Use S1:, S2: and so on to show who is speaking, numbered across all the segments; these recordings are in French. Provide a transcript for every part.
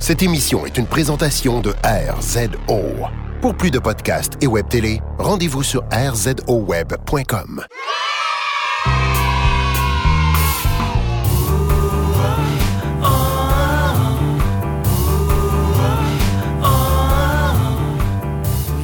S1: Cette émission est une présentation de RZO. Pour plus de podcasts et web télé, rendez-vous sur rzoweb.com.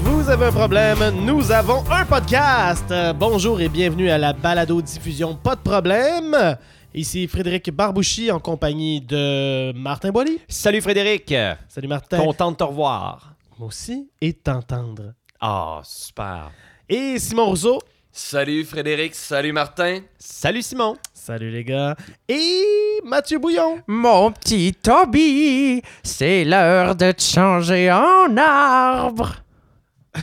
S2: Vous avez un problème, nous avons un podcast. Euh, Bonjour et bienvenue à la balado diffusion Pas de problème. Ici Frédéric Barbouchi en compagnie de Martin Boily.
S3: Salut Frédéric,
S2: Salut Martin.
S3: content de te revoir.
S2: Moi aussi et t'entendre.
S3: Ah, super.
S2: Et Simon Rousseau.
S4: Salut Frédéric, salut Martin.
S3: Salut Simon.
S2: Salut les gars. Et Mathieu Bouillon.
S5: Mon petit Toby, c'est l'heure de te changer en arbre.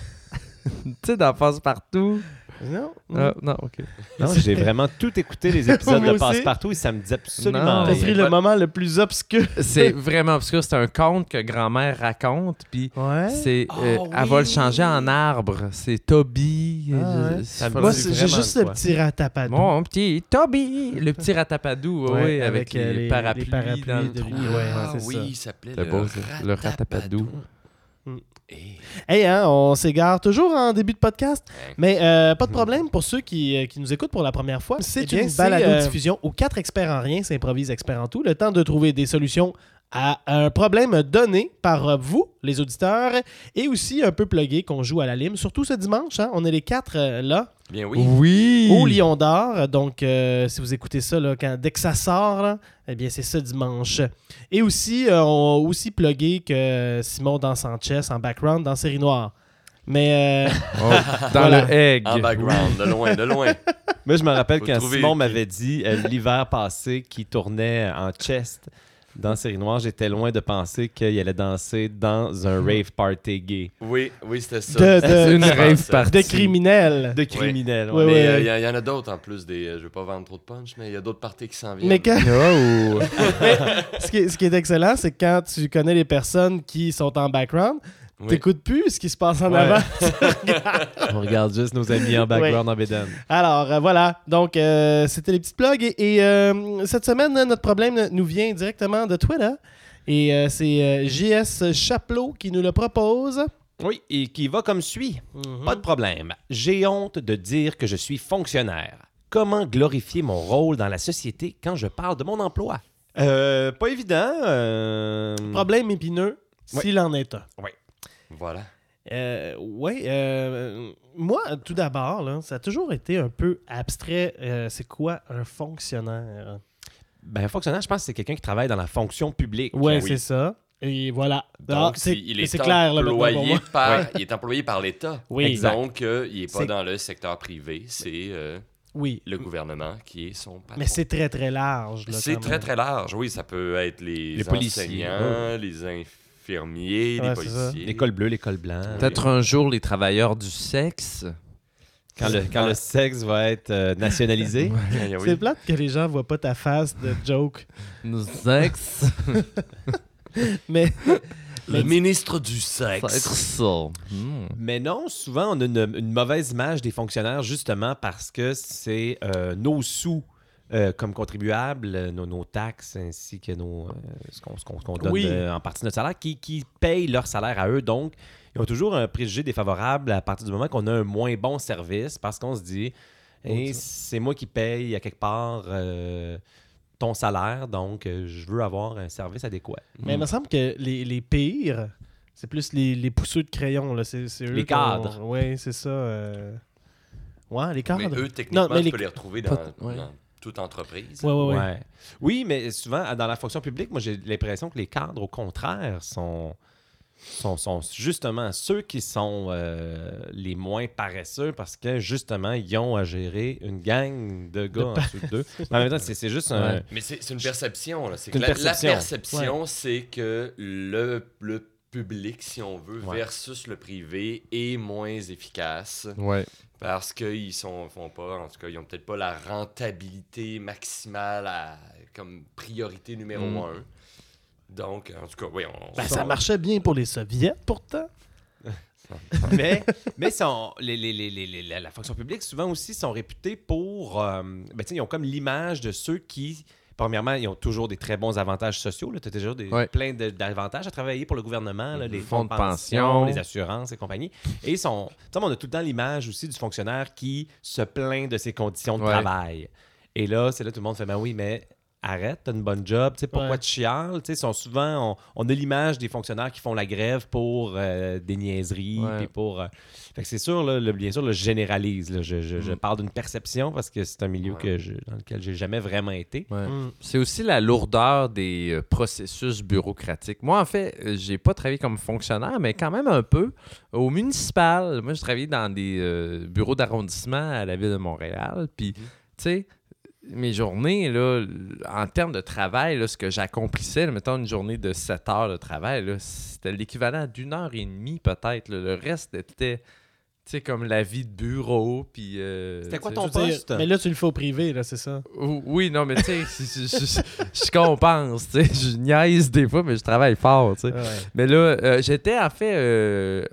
S5: tu sais, d'en passer partout.
S2: Non.
S5: Ah, non, ok.
S3: Non, j'ai vraiment tout écouté les épisodes
S2: Moi
S3: de
S2: aussi.
S3: Passe-Partout et ça me dit absolument
S5: Non.
S2: T'as
S3: rien.
S2: pris le moment le plus obscur.
S5: C'est vraiment obscur. C'est un conte que grand-mère raconte, puis
S2: Ouais.
S5: c'est, euh,
S3: Oh,
S5: elle va le
S3: oui.
S5: changer en arbre. C'est Toby.
S2: Ah,
S5: euh,
S2: ouais.
S5: c'est-
S2: Moi,
S3: Moi,
S2: c'est-
S3: c'est
S2: j'ai
S3: vraiment
S2: juste
S3: de
S2: le
S3: quoi.
S2: petit ratapadou.
S5: Mon petit Toby, le petit ratapadou,
S2: Ouais,
S5: oui,
S2: avec,
S5: avec,
S2: euh,
S5: les,
S2: les-
S5: parapluies
S2: les parapluies
S5: dans le
S2: de
S5: trou.
S2: lui, ouais.
S4: ah
S2: c'est
S4: oui,
S2: ça.
S4: il s'appelait
S5: C'était
S4: le,
S5: beau, ça. Le ratapadou.
S2: Mm.
S4: Et
S2: Hey, hein, on s'égare toujours en début de podcast,
S4: Ouais.
S2: mais euh, pas de problème pour ceux qui, euh, qui nous écoutent pour la première fois. Eh C'est euh,
S3: bien,
S2: une
S3: c'est,
S2: balado-diffusion où quatre experts en rien s'improvisent experts en tout, le temps de trouver des solutions à un problème donné par euh, vous, les auditeurs, et aussi un peu plugué qu'on joue à la lime, surtout ce dimanche. hein, on est les quatre euh, là,
S4: bien oui.
S5: Oui. Oh,
S2: au Lion d'Or, donc euh, si vous écoutez ça, là, quand, dès que ça sort, là, eh bien c'est ce dimanche. Et aussi, euh, on a aussi plugué que Simon dans Sanchez en background dans Série Noire. Mais... euh,
S5: Oh, dans
S2: Voilà.
S5: le egg.
S4: En background, de loin, de loin.
S3: Moi, je me rappelle
S4: Faut
S3: quand
S4: trouver
S3: Simon
S4: qui-
S3: m'avait dit euh, l'hiver passé qu'il tournait en chest dans Série Noire, j'étais loin de penser qu'il allait danser dans un rave party gay
S4: Oui, oui, c'était ça.
S2: De-
S4: C'était
S2: de-
S5: une
S4: ça.
S5: rave party.
S2: de criminels.
S3: de criminels.
S2: Ouais,
S3: ouais.
S4: Mais il
S2: ouais.
S4: y, a- y en a d'autres en plus des. euh, je veux pas vendre trop de punch, mais il y a d'autres parties qui s'en viennent.
S2: Mais quand-
S5: Oh.
S2: ce, qui est, ce qui est excellent, c'est que quand tu connais les personnes qui sont en background,
S4: Oui.
S2: t'écoutes plus ce qui se passe en
S3: Ouais.
S2: avant.
S3: On regarde juste nos amis en background en bédane.
S2: Alors euh, voilà, donc euh, c'était les petites plugs. Et, et, euh, cette semaine, euh, notre problème nous vient directement de Twitter. Et euh, c'est euh, JS Chaplot qui nous le propose.
S4: Hmm.
S3: Oui, et qui va comme suit. Pas de problème. J'ai honte de dire que je suis fonctionnaire. Comment glorifier mon rôle dans la société quand je parle de mon emploi? Euh, pas évident. euh,
S2: Problème épineux,
S3: Ouais.
S2: s'il en est un.
S4: Voilà.
S2: Euh, ouais, euh, moi, tout d'abord, là, ça a toujours été un peu abstrait. euh, c'est quoi un fonctionnaire?
S3: Ben, fonctionnaire, je pense que c'est quelqu'un qui travaille dans la fonction publique. Ben
S2: Ouais,
S4: Oui.
S2: c'est ça. Et voilà. Ah,
S4: Donc,
S2: c'est-
S4: si- il est
S2: c'est clair, là, maintenant, pour
S4: employé
S2: moi.
S4: par, il est employé par l'État.
S2: Oui.
S3: Exact.
S4: Donc, euh, il est pas
S2: C'est-
S4: dans le secteur privé, c'est euh,
S2: Oui.
S4: le gouvernement qui est son patron.
S2: Mais c'est très, très large. là,
S4: C'est
S2: quand
S4: très,
S2: même.
S4: très large. Oui, ça peut être les,
S3: Les policiers,
S4: enseignants, les infirmiers,
S2: Ouais,
S4: les
S2: c'est ça.
S4: policiers.
S3: L'école bleue, l'école blanche.
S5: Peut-être un jour les travailleurs du sexe.
S3: Quand le, quand le sexe va être euh, nationalisé.
S4: Ah, oui.
S2: C'est plate que les gens voient pas ta face de joke.
S5: Du sexe.
S2: Mais
S4: Le ministre du sexe.
S5: Ça va être ça. Hmm.
S3: Mais non, souvent, on a une, une mauvaise image des fonctionnaires justement parce que c'est euh, nos sous. euh, comme contribuables, euh, nos, nos taxes ainsi que nos, euh, ce qu'on ce qu'on- ce qu'on donne
S2: Oui.
S3: euh, en partie de notre salaire, qui, qui payent leur salaire à eux. Donc, ils ont toujours un préjugé défavorable à partir du moment qu'on a un moins bon service parce qu'on se dit Eh, c'est moi qui paye à quelque part euh, ton salaire, donc euh, je veux avoir un service adéquat.
S2: mais il me semble que les, les pires, c'est plus les, les pousseux de crayon. Là. C'est, c'est eux
S3: Les
S2: qu'on-
S3: cadres.
S2: Ouais, c'est ça. euh. Ouais, les cadres.
S4: Mais eux, techniquement,
S2: mais
S4: tu
S2: les-
S4: peux les retrouver dans,
S5: Pas- ouais.
S4: dans toute entreprise.
S2: Ouais, ouais, ouais.
S3: Ouais. Oui, mais souvent, à- dans la fonction publique, moi, j'ai l'impression que les cadres, au contraire, sont, sont, sont justement ceux qui sont euh, les moins paresseux parce que, justement, ils ont à gérer une gang de gars en dessous d'eux. Mais en même temps, c'est c'est juste un...
S5: Ouais.
S4: Mais c'est c'est une perception. là. C'est
S3: C'est
S4: que
S3: une
S4: la,
S3: perception.
S4: la perception, c'est que le, le public, si on veut,
S3: Ouais.
S4: versus le privé est moins efficace
S5: Ouais.
S4: parce qu'ils sont font pas, en tout cas, ils ont peut-être pas la rentabilité maximale à- comme priorité numéro
S5: Mm.
S4: un. Donc, en tout cas, oui, on.
S2: Ben, ça marchait bien pour les soviets, pourtant.
S3: mais mais sont, les, les- les- les- les- la, la fonction publique, souvent aussi, sont réputés pour... euh, ben, tu sais, ils ont comme l'image de ceux qui Premièrement, ils ont toujours des très bons avantages sociaux. Tu as toujours des,
S5: Ouais.
S3: plein de- d'avantages à travailler pour le gouvernement, là, les
S5: Fonds
S3: fonds
S5: de
S3: de
S5: pension.
S3: pension, les assurances et compagnie. Et ils sont, tu sais, on a tout le temps l'image aussi du fonctionnaire qui se plaint de ses conditions de
S5: Ouais.
S3: travail. Et là, c'est là tout le monde fait Ben oui, mais arrête, t'as une bonne job, tu sais, pourquoi
S2: Ouais.
S3: tu chiales? Tu sais, sont souvent, on, on a l'image des fonctionnaires qui font la grève pour euh, des niaiseries,
S5: Ouais.
S3: puis pour. euh, fait que c'est sûr, là, le- bien sûr, là, je généralise. là. je, je-
S5: Mm.
S3: je parle d'une perception parce que c'est un milieu
S4: Ouais.
S3: que je- dans lequel j'ai jamais vraiment été.
S5: Ouais.
S2: Mm.
S5: C'est aussi la lourdeur des euh, processus bureaucratiques. Moi, en fait, euh, j'ai pas travaillé comme fonctionnaire, mais quand même un peu. Au municipal, moi, je travaillais dans des euh, bureaux d'arrondissement à la ville de Montréal. Puis,
S3: Mhm.
S5: tu sais, mes journées, là, l- en termes de travail, là, ce que j'accomplissais, là, mettons une journée de 7 heures de travail, là, c'était l'équivalent d'une heure et demie, peut-être. là. Le reste était, tu sais, comme la vie de bureau. Puis, euh,
S3: C'était quoi
S5: tu sais,
S3: ton
S2: Je veux dire,
S3: poste?
S2: mais là, tu le fais au privé, là, c'est ça.
S5: Ou- Oui, non, mais tu sais, je- je je- je compense, tu sais, je niaise des fois, mais je travaille fort, tu sais.
S2: Ouais.
S5: Mais là, euh, j'étais en fait euh,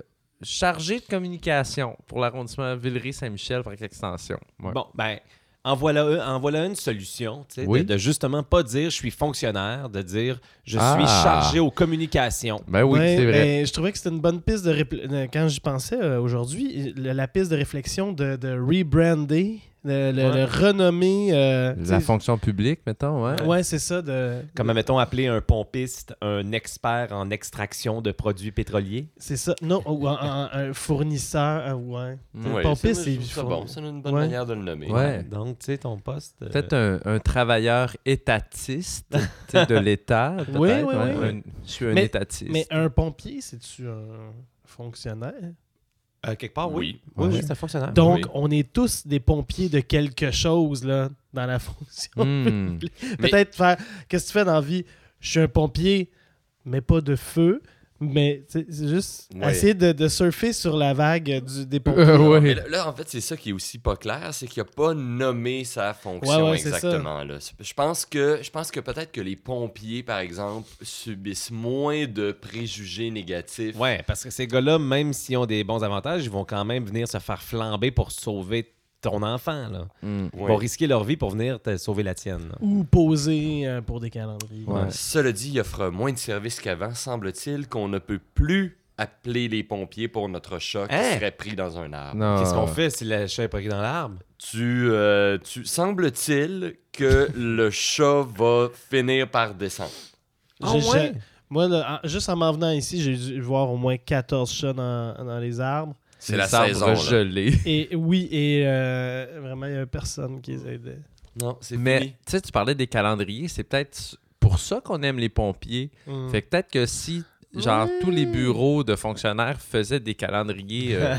S5: chargé de communication pour l'arrondissement Villeray-Saint-Michel, par extension. Ouais.
S3: Bon, ben, en voilà, un- en voilà une solution, tu sais,
S5: Oui.
S3: de, de justement pas dire je suis fonctionnaire, de dire je suis
S5: Ah.
S3: chargé aux communications.
S5: Ben oui,
S2: Ouais,
S5: c'est vrai.
S2: ben, je trouvais que c'était une bonne piste de répl- euh, quand j'y pensais euh, aujourd'hui, le- la piste de réflexion de, de rebrander, de, le,
S3: Ouais.
S2: le renommer. euh, tu
S5: La
S2: sais,
S5: fonction publique, mettons, hein. ouais.
S2: ouais, c'est ça. De,
S3: Comme, mettons, appeler un pompiste un expert en extraction de produits pétroliers.
S2: c'est ça. Non, ou un, un- un fournisseur. euh, ouais.
S5: Mm.
S2: Ouais. Pompiste,
S4: ça, moi, je
S2: c'est-
S4: trouve ça
S2: faut-
S4: bon. C'est une bonne
S2: Ouais.
S4: manière de le nommer.
S5: Ouais.
S3: Donc, tu sais, ton poste. euh,
S5: Peut-être un, un travailleur étatiste tu sais, de l'État. peut-être,
S2: oui,
S5: ouais,
S2: oui.
S5: un- je suis un
S2: Mais-
S5: étatiste.
S2: Mais un pompier, c'est-tu un fonctionnaire?
S3: euh, quelque
S4: Ah
S3: part, oui.
S5: Oui.
S3: Oui, oui,
S5: Ouais.
S3: c'est un fonctionnaire.
S2: Donc,
S4: oui.
S2: on est tous des pompiers de quelque chose là, dans la fonction.
S5: Hmm.
S4: Mais-
S2: Peut-être faire. Qu'est-ce que tu fais dans la vie? Je suis un pompier, mais pas de feu. Mais tu sais, c'est juste
S4: Ouais.
S2: essayer de, de surfer sur la vague du, des pompiers.
S5: Euh,
S4: Non,
S5: ouais.
S4: mais là, là, en fait, c'est ça qui est aussi pas clair, c'est qu'il a pas nommé sa fonction
S2: Ouais, ouais, c'est ça.
S4: exactement. Là. Je pense que, je pense que peut-être que les pompiers, par exemple, subissent moins de préjugés négatifs.
S3: Ouais, parce que ces gars-là, même s'ils ont des bons avantages, ils vont quand même venir se faire flamber pour sauver ton enfant. Là.
S5: Hmm.
S3: Ils
S4: Ouais.
S3: vont risquer leur vie pour venir te sauver la tienne. là.
S2: Ou poser euh, pour des calendriers.
S5: Ouais.
S4: Cela dit, il offre moins de services qu'avant, semble-t-il, qu'on ne peut plus appeler les pompiers pour notre chat qui
S3: Hein?
S4: serait pris dans un arbre.
S5: Non.
S3: Qu'est-ce qu'on fait si le chat est pris dans l'arbre?
S4: Tu, euh, tu semble-t-il que le chat va finir par descendre.
S3: Ah
S2: J'ai-
S3: ouais?
S2: j'ai- Moi, là, en- juste en m'en venant ici, j'ai dû voir au moins 14 chats dans, dans les arbres.
S4: C'est
S5: Les
S4: la
S5: arbres
S4: saison. là.
S5: gelés.
S2: Et oui, et euh, vraiment, il n'y a personne qui les aidait.
S4: Non, c'est
S5: Mais tu
S4: fini.
S5: sais, tu parlais des calendriers, c'est peut-être pour ça qu'on aime les pompiers.
S4: Hmm.
S2: Mm.
S5: Fait que peut-être que si, genre, tous les bureaux de fonctionnaires faisaient des calendriers euh,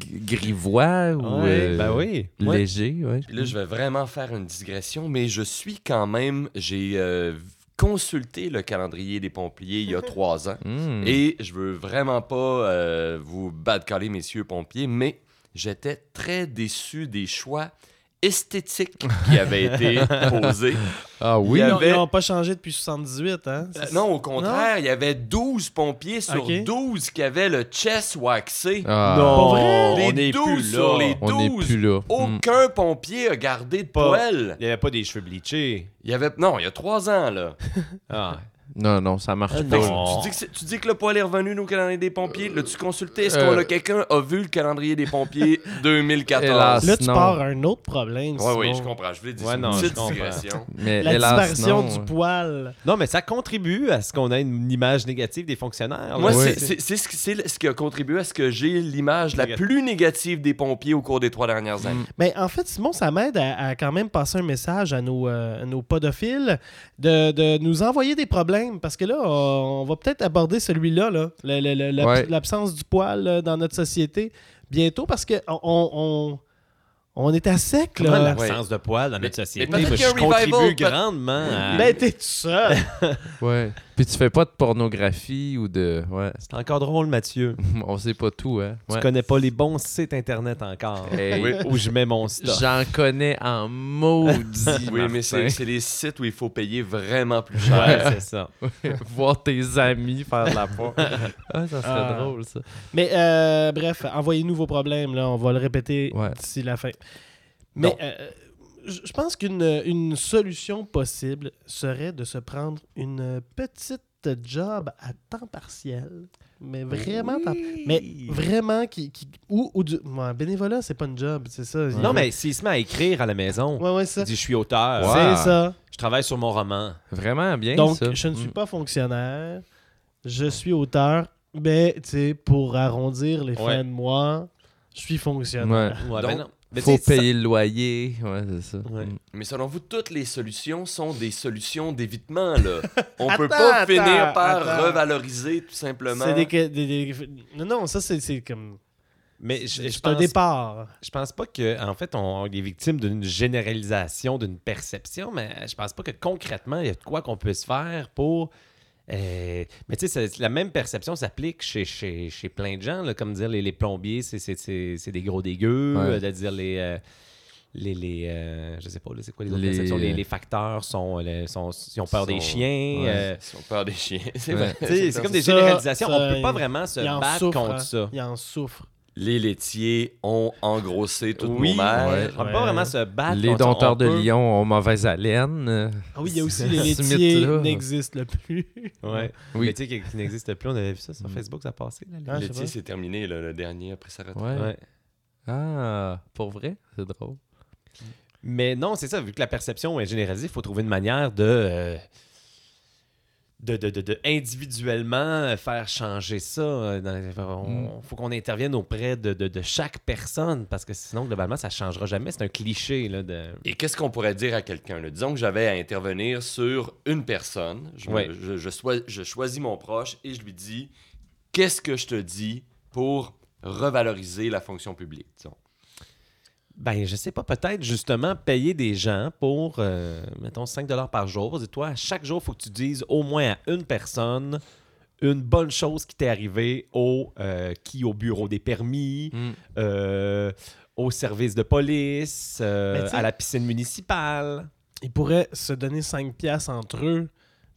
S5: g- grivois ou euh,
S3: ben oui. Ouais.
S5: légers, ouais.
S4: Puis là, je vais vraiment faire une digression, mais je suis quand même. J'ai euh, consulté le calendrier des pompiers il y a trois ans.
S5: Hmm.
S4: Et je veux vraiment pas euh, vous badcaller, messieurs pompiers, mais j'étais très déçu des choix esthétiques qui avaient été posés.
S5: Ah
S4: il y
S5: oui,
S2: Ils
S4: a-
S2: n'ont
S4: avait-
S2: pas changé depuis 78, hein?
S4: Euh, non, au contraire, il y avait 12 pompiers sur
S2: Ok.
S4: 12 qui avaient le chest waxé.
S5: Ah,
S2: Non. Pas vrai?
S4: Les
S3: on n'est
S4: 12
S3: plus
S4: sur
S3: là.
S4: les
S5: on n'est
S4: 12.
S5: plus là. Hmm.
S4: Aucun pompier a gardé de
S3: Pas-
S4: poêle.
S3: Il n'y avait pas des cheveux bleachés.
S4: Il y avait... Non, il y a trois ans, là.
S3: Ah.
S5: Non, non, ça marche
S4: Fait que
S5: pas.
S3: non.
S4: Tu, dis que c'est- tu dis que le poil est revenu nous, au calendrier des pompiers. L'as-tu consulté? Est-ce qu'on
S5: euh,
S4: a quelqu'un a vu le calendrier des pompiers 2014?
S5: Hélas.
S2: Là, tu
S5: Non.
S2: pars à un autre problème.
S4: Oui, oui,
S2: Simon.
S4: je comprends. Je voulais dire
S3: Ouais,
S4: c'est une
S3: non, je
S4: petite
S3: comprends.
S4: digression.
S5: Mais
S2: La
S5: hélas,
S2: disparition
S5: non.
S2: du poil.
S3: Non, mais ça contribue à ce qu'on ait une image négative des fonctionnaires. là.
S4: Moi,
S5: Ouais.
S4: c'est- c'est c'est ce, qui- c'est le- ce qui a contribué à ce que j'ai l'image la
S3: Négatif.
S4: plus négative des pompiers au cours des trois dernières années.
S2: Ben, en fait, Simon, ça m'aide à, à quand même passer un message à nos, euh, à nos podophiles de, de nous envoyer des problèmes. Parce que là, on, on va peut-être aborder celui-là, là, le- le- le- l'ab-
S5: Ouais.
S2: l'absence du poil là, dans notre société bientôt, parce qu'on on, on- on est à sec.
S3: Comment
S2: Là.
S3: l'absence de poils dans notre
S4: Mais-
S3: société?
S4: mais peut-être
S3: Moi,
S4: qu'il y a
S3: je
S4: un revival,
S3: contribue
S4: peut-
S3: grandement à...
S2: Ben, t'es tout seul.
S5: Ouais. Puis tu fais pas de pornographie ou de... Ouais.
S3: C'est encore drôle, Mathieu.
S5: On sait pas tout, hein.
S3: Tu
S5: Ouais.
S3: connais pas les bons sites Internet encore
S5: Hey.
S3: Oui, où je mets mon stock.
S5: J'en connais en maudit,
S4: Oui, mais
S5: Martin.
S4: c'est c'est les sites où il faut payer vraiment plus cher.
S3: Ouais, c'est ça.
S5: voir tes amis faire de la porte. ah, ça serait
S2: Ah.
S5: drôle, ça.
S2: Mais euh, bref, envoyez-nous vos problèmes, là, on va le répéter
S5: Ouais.
S2: d'ici la fin. Mais
S4: Non.
S2: euh, je je pense qu'une une solution possible serait de se prendre une petite job à temps partiel. Mais vraiment, temps- mais vraiment, qui, qui- ou, ou du, ouais, bénévolat, c'est pas une job, c'est ça. Il-
S3: Non, mais s'il se met à écrire à la maison,
S2: Ouais, ouais, c'est
S3: il
S2: ça.
S3: dit Je suis auteur,
S5: Ouais.
S2: C'est ça.
S3: je travaille sur mon roman.
S5: Vraiment bien,
S2: Donc,
S5: ça.
S2: je ne suis
S5: Mm.
S2: pas fonctionnaire, je suis auteur, mais tu sais, pour arrondir les
S3: Ouais.
S2: fins de mois, je suis
S5: Ouais.
S2: fonctionnaire.
S3: Ouais,
S4: Donc,
S3: ben non. Mais
S5: Faut
S3: tu sais,
S5: payer le loyer. Ouais, c'est ça.
S3: Ouais.
S5: Mm.
S4: Mais selon vous, toutes les solutions sont des solutions d'évitement, là. On peut
S2: Attends,
S4: pas
S2: attends,
S4: finir par
S2: attends.
S4: revaloriser tout simplement.
S2: C'est des, que- des- des- Non, non, ça, c'est c'est comme.
S3: Mais je, je
S2: C'est un
S3: pense,
S2: départ.
S3: je pense pas que, en fait, on, on est victime d'une généralisation, d'une perception, mais je pense pas que concrètement, il y a de quoi qu'on puisse faire pour. euh, mais tu sais, c'est- la même perception s'applique chez, chez, chez plein de gens, là, comme dire les, les plombiers, c'est- c'est c'est- c'est des gros dégueux,
S5: Ouais.
S3: euh, de dire les. euh, les, les euh, je sais pas, là, c'est quoi les, autres
S5: Les-
S3: perceptions? les, les facteurs sont, euh, le- sont, ils ont peur des
S4: Sont-
S3: chiens.
S5: ouais.
S3: euh,
S4: Ils ont peur des chiens. C'est
S5: Ouais.
S4: vrai.
S3: Tu sais, c'est comme des
S2: Ça,
S3: généralisations.
S2: ça,
S3: on peut pas
S2: il-
S3: vraiment se
S2: il en
S3: battre
S2: souffre,
S3: contre
S2: hein.
S3: ça.
S2: Il en souffre.
S4: Les laitiers ont engrossé toutes
S3: Oui,
S4: nos mères.
S3: On peut
S2: Ouais.
S3: pas vraiment se battre
S5: Les
S3: contre ça. On
S5: dompteurs de
S3: peut-
S5: lions ont mauvaise haleine. euh,
S2: Ah oui, il y a aussi
S5: ce
S2: les laitiers
S5: mythe-là.
S2: n'existent le plus.
S3: Ouais.
S5: Oui.
S3: Mais tu sais, qui qui n'existe plus. On avait vu ça sur
S5: Mm.
S3: Facebook, ça passait. Là, les-
S2: Ah, je sais
S4: laitier,
S2: pas.
S4: c'est terminé, là, le dernier, après sa retraite.
S5: Ouais.
S3: Ouais.
S5: Ah, pour vrai? C'est drôle.
S3: Mais non, c'est ça. Vu que la perception est généralisée, il faut trouver une manière de, euh, de, de, de- de individuellement euh, faire changer ça. euh, dans- on- faut qu'on intervienne auprès de, de- de chaque personne parce que sinon, globalement, ça changera jamais. C'est un cliché. Là, de...
S4: Et qu'est-ce qu'on pourrait dire à quelqu'un? là? Disons que j'avais à intervenir sur une personne. Je, me-
S3: Ouais.
S4: je, je soi- je choisis mon proche et je lui dis qu'est-ce que je te dis pour revaloriser la fonction publique. disons.
S3: Ben, je sais pas, peut-être justement payer des gens pour, euh, mettons, 5 par jour. Et toi, à chaque jour, il faut que tu dises au moins à une personne une bonne chose qui t'est arrivée au, euh, qui, au bureau des permis, euh, au service de police, euh,
S2: Mais tu sais-
S3: à la piscine municipale.
S2: Ils pourraient se donner 5 piastres entre eux,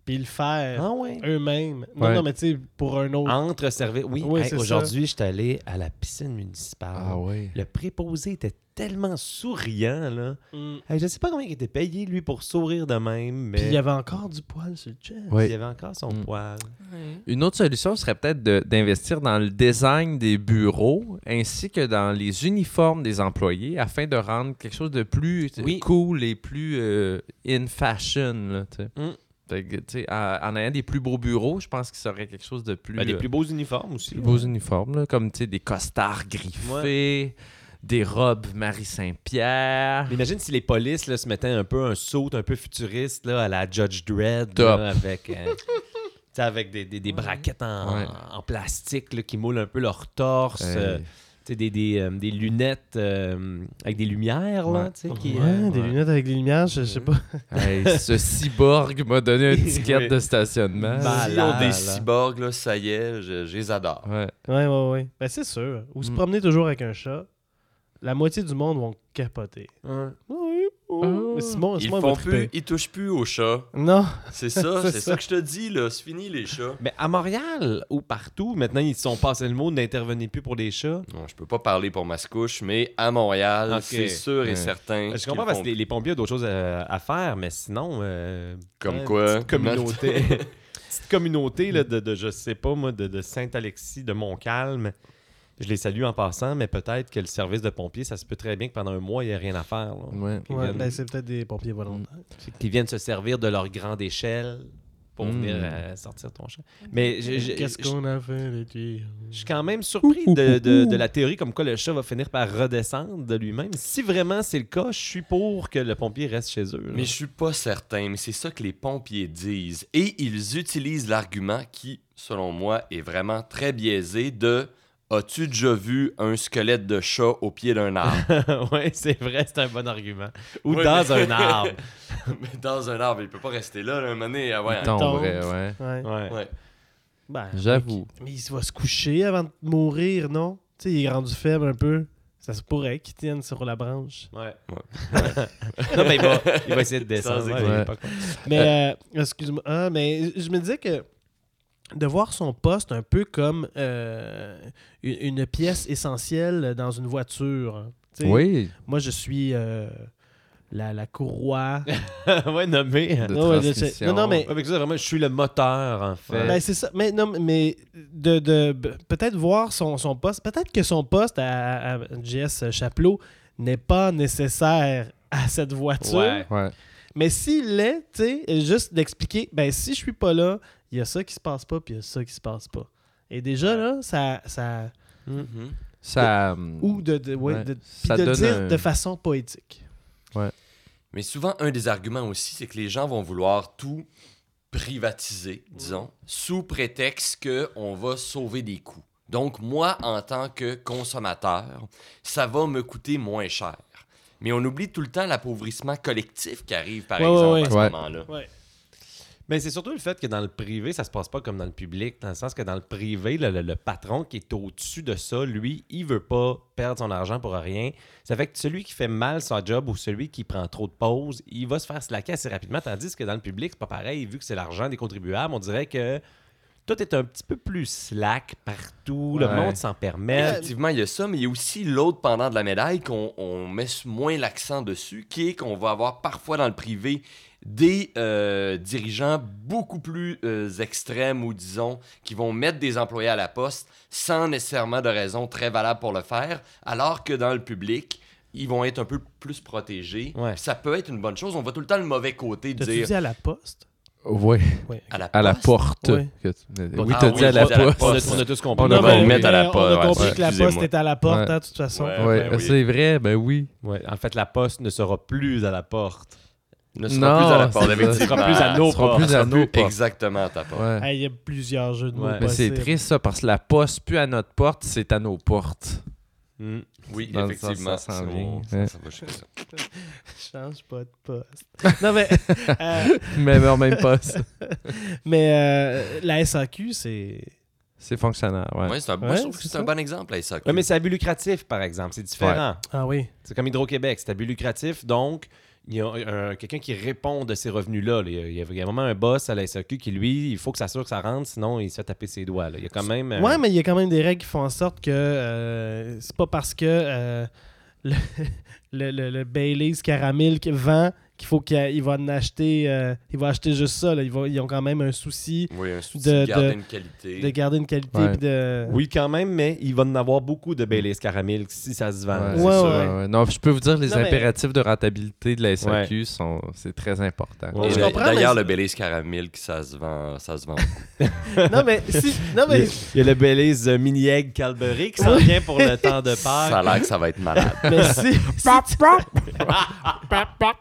S2: puis le faire
S3: Ah ouais.
S2: eux-mêmes. Non,
S5: Ouais.
S2: non, mais tu sais, pour un autre.
S3: Entre service. Oui, Ah
S2: Oui,
S3: hey,
S2: c'est ça.
S3: aujourd'hui, je suis allé à la piscine municipale.
S5: oui.
S3: Le préposé était tellement souriant, là.
S2: Mm.
S3: Hey, je sais pas combien il était payé, lui, pour sourire de même, mais...
S2: Puis il y avait encore du poil sur le chest.
S5: Oui.
S3: Il y avait encore son
S5: Mm.
S3: poil.
S5: Une autre solution serait peut-être de- d'investir dans le design des bureaux ainsi que dans les uniformes des employés afin de rendre quelque chose de plus tu sais,
S3: Oui.
S5: cool et plus euh, in fashion. là, tu sais.
S3: Mm.
S5: Fait que, tu sais, en, en ayant des plus beaux bureaux, je pense qu'il serait quelque chose de plus.
S3: Ben, des
S5: euh,
S3: plus beaux uniformes aussi.
S5: plus beaux uniformes, là, comme tu sais, des costards griffés, des robes Marie-Saint-Pierre.
S3: Mais Imagine si les polices là, se mettaient un peu un saut un peu futuriste là, à la Judge Dredd
S5: Top.
S3: là, avec, euh, tu sais, avec des, des- des braquettes en,
S5: Ouais.
S3: en plastique là, qui moulent un peu leur torse,
S5: Hey.
S3: euh, tu sais, des, des, euh, des lunettes euh, avec des lumières. Là,
S5: Ouais.
S3: tu sais, qui,
S2: Ouais,
S3: euh,
S2: des
S5: ouais.
S2: lunettes avec des lumières, je je sais pas.
S5: Hey, ce cyborg m'a donné un ticket
S4: Oui.
S5: de stationnement.
S3: Bah,
S4: S'ils ont
S3: là,
S4: des
S3: là.
S4: cyborgs, là, ça y est, je, je les adore.
S5: Ouais.
S2: Ouais, ouais, ouais. Ben, c'est sûr. Ou se
S5: Mm.
S2: promener toujours avec un chat, la moitié du monde vont capoter.
S3: ouais.
S2: Oui, oui. Mais Simon,
S4: Ils
S2: Simon
S4: font
S2: va triper.
S4: plus, ils touchent plus aux chats.
S2: Non.
S4: C'est ça, c'est
S2: C'est
S4: ça.
S2: ça.
S4: que je te dis, là. C'est fini, les chats.
S3: Mais à Montréal ou partout, maintenant ils se sont passés le mot n'intervenez plus pour les chats.
S4: Non, je peux pas parler pour Mascouche, mais à Montréal,
S3: Ok.
S4: c'est sûr et
S5: Ouais.
S4: certain.
S3: Je comprends
S4: qu'ils
S3: parce
S4: Mm. font
S3: que les, les pompiers ont d'autres choses à, à faire, mais sinon. euh,
S4: Comme
S3: hein,
S4: quoi, Mm.
S3: Petite communauté. petite communauté là, de, de, je sais pas moi, de, de Saint-Alexis, de Montcalm. Je les salue en passant, mais peut-être que le service de pompiers, ça se peut très bien que pendant un mois, il n'y ait rien à faire. là.
S5: Ouais.
S3: Qu'ils,
S2: Ouais,
S3: viennent,
S2: ben, c'est peut-être des pompiers volontaires.
S3: Mm. qu'ils viennent se servir de leur grande échelle pour
S5: Mm.
S3: venir euh, sortir ton chat. Mais je, je-
S2: Qu'est-ce
S3: je-
S2: qu'on a fait, les tuyaux?
S3: je suis quand même surpris de, de- de la théorie comme quoi le chat va finir par redescendre de lui-même. Si vraiment c'est le cas, je suis pour que le pompier reste chez eux. là.
S4: Mais je suis pas certain, mais c'est ça que les pompiers disent. Et ils utilisent l'argument qui, selon moi, est vraiment très biaisé de As-tu déjà vu un squelette de chat au pied d'un arbre
S3: ouais, c'est vrai, c'est un bon argument. Ou
S4: Ouais,
S3: dans
S4: mais-
S3: un arbre.
S4: Mais Dans un arbre, il peut pas rester là, là un moment donné, ah ouais, hein.
S5: Ils tomberaient,
S2: tombe.
S5: ouais.
S2: Ouais.
S3: Ouais.
S4: ouais.
S2: Ben,
S5: J'avoue.
S2: Mais il va se coucher avant de mourir, non? Tu sais, il est rendu faible un peu. Ça se pourrait qu'il tienne sur la branche.
S3: Ouais. non, mais il va, il va essayer de descendre.
S4: Sans
S3: ouais,
S5: écouter.
S3: il est pas con.
S2: Mais, euh, excuse-moi, ah, mais je me disais que de voir son poste un peu comme euh, une, une pièce essentielle dans une voiture. Tu sais,
S5: Oui.
S2: Moi, je suis euh, la, la courroie.
S3: ouais, nommé.
S5: de
S2: Non, ouais, je sais.
S5: transmission.
S2: Non, non, mais-
S3: Ouais, mais ça, vraiment, je suis le moteur, en fait.
S2: Ben, c'est ça. Mais non, mais de, de- b- peut-être voir son, son poste. Peut-être que son poste à, à JS Chapelot n'est pas nécessaire à cette voiture.
S3: Ouais.
S5: Ouais.
S2: Mais s'il l'est, tu sais, juste d'expliquer, ben si je suis pas là, il y a ça qui se passe pas, puis il y a ça qui se passe pas. Et déjà, là, ça. ça
S3: Mm-hmm.
S4: Mhm.
S5: Ça, euh,
S2: ou de, de, ouais,
S5: Ouais.
S2: de- puis
S5: Ça
S2: de
S5: donne
S2: dire
S5: un-
S2: de façon poétique.
S4: Mais souvent, un des arguments aussi, c'est que les gens vont vouloir tout privatiser, disons, sous prétexte qu'on va sauver des coûts. Donc, moi, en tant que consommateur, ça va me coûter moins cher. Mais on oublie tout le temps l'appauvrissement collectif qui arrive, par
S2: Ouais, ouais,
S4: exemple,
S2: ouais.
S4: à ce
S5: Ouais.
S4: moment-là.
S3: Mais Ben, c'est surtout le fait que dans le privé, ça se passe pas comme dans le public, dans le sens que dans le privé, le, le- le patron qui est au-dessus de ça, lui, il veut pas perdre son argent pour rien. Ça fait que celui qui fait mal son job ou celui qui prend trop de pauses, il va se faire slacker assez rapidement, tandis que dans le public, c'est pas pareil. Vu que c'est l'argent des contribuables, on dirait que tout est un petit peu plus slack partout, le
S5: Ouais.
S3: monde s'en permet.
S4: Effectivement, il y a ça, mais il y a aussi l'autre pendant de la médaille qu'on on met moins l'accent dessus, qui est qu'on va avoir parfois dans le privé des euh, dirigeants beaucoup plus euh, extrêmes ou disons qui vont mettre des employés à la poste sans nécessairement de raison très valable pour le faire, alors que dans le public, ils vont être un peu plus protégés.
S3: Ouais.
S4: Puis Ça peut être une bonne chose. On voit tout le temps le mauvais côté de
S2: T'as-tu
S4: dire
S2: dit à la poste?
S5: ouais,
S2: Ouais.
S4: à la
S5: à la
S4: poste.
S5: porte.
S2: Ah, Ouais.
S5: que tu-
S2: Ah
S5: Oui, t'as
S4: oui,
S5: dit à la
S4: on dit à la
S5: poste.
S3: On
S4: porte.
S3: a, on a tous compris.
S5: On a
S2: Non,
S5: va
S2: mais
S5: le
S2: mais
S5: mettre
S4: à la
S2: on
S4: poste,
S2: a
S4: ouais,
S2: compris
S4: ouais,
S2: que la poste
S4: excusez-moi.
S2: est à la porte,
S5: Ouais.
S2: hein, de toute façon.
S4: Ouais.
S5: Ouais,
S4: ben oui.
S5: c'est vrai, ben oui.
S3: Ouais, en fait, la poste ne sera plus à la porte.
S4: Ne sera plus à la porte,
S5: c'est ça.
S4: effectivement.
S3: sera plus à nos
S5: Ça sera
S3: portes.
S5: plus à nos portes.
S4: Exactement à ta porte.
S5: Ouais.
S2: Hey, Il y a plusieurs jeux de mots.
S3: Ouais.
S5: Mais c'est
S2: possibles.
S5: triste ça, parce que la poste, plus à notre porte, c'est à nos portes.
S3: Mm.
S4: Oui,
S5: Dans le sens,
S4: effectivement.
S5: ça s'en
S4: c'est-
S5: vient.
S4: ça- ça va jusqu'à ça.
S2: Change pas de poste. non, mais. euh,
S5: Même en même poste.
S2: mais euh, la SAQ, c'est.
S5: C'est fonctionnaire, ouais.
S4: Ouais, c'est un, moi,
S2: Ouais,
S4: je trouve que
S2: c'est
S4: c'est
S2: ça.
S4: un bon exemple, la SAQ.
S3: Ouais, mais c'est à but lucratif, par exemple. C'est différent.
S2: Ah oui.
S3: C'est comme Hydro-Québec, c'est à but lucratif, donc il y a un- quelqu'un qui répond de ces revenus-là. là. Il y a- il y a vraiment un boss à la SAQ qui, lui, il faut que ça assure que ça rentre, sinon il se fait taper ses doigts. là. Il y a quand même... euh,
S2: Ouais, mais il y a quand même des règles qui font en sorte que euh, c'est pas parce que euh, le, le, le, le Bailey's Caramel qui vend qu'il faut qu'il a- il va en acheter, euh, il va acheter juste ça. là. Ils, vont- ils ont quand même un souci
S4: Oui, un souci
S2: de-
S4: de garder
S2: de-
S4: une qualité.
S2: de garder une qualité.
S5: Ouais.
S2: puis De...
S3: Oui, quand même, mais il va en avoir beaucoup de Baileys Caramel si ça se vend.
S5: Ouais,
S3: c'est
S5: c'est
S2: ouais,
S5: sûr,
S2: ouais.
S5: ouais. Non, je peux vous dire, les
S2: Non, mais-
S5: impératifs de rentabilité de la SAQ, sont... c'est très important.
S3: Ouais.
S4: Et
S2: Je
S4: le-
S2: comprends,
S4: D'ailleurs,
S2: mais-
S4: le Belize Caramel, que ça se vend. Ça se vend.
S2: Non, mais si. Non,
S3: Il y
S2: mais,
S3: a- il y a le Baileys euh, mini egg Calbury qui s'en vient pour le temps de
S4: ça a
S3: Pâques.
S4: l'air que ça va être malade.
S2: mais si. si tu-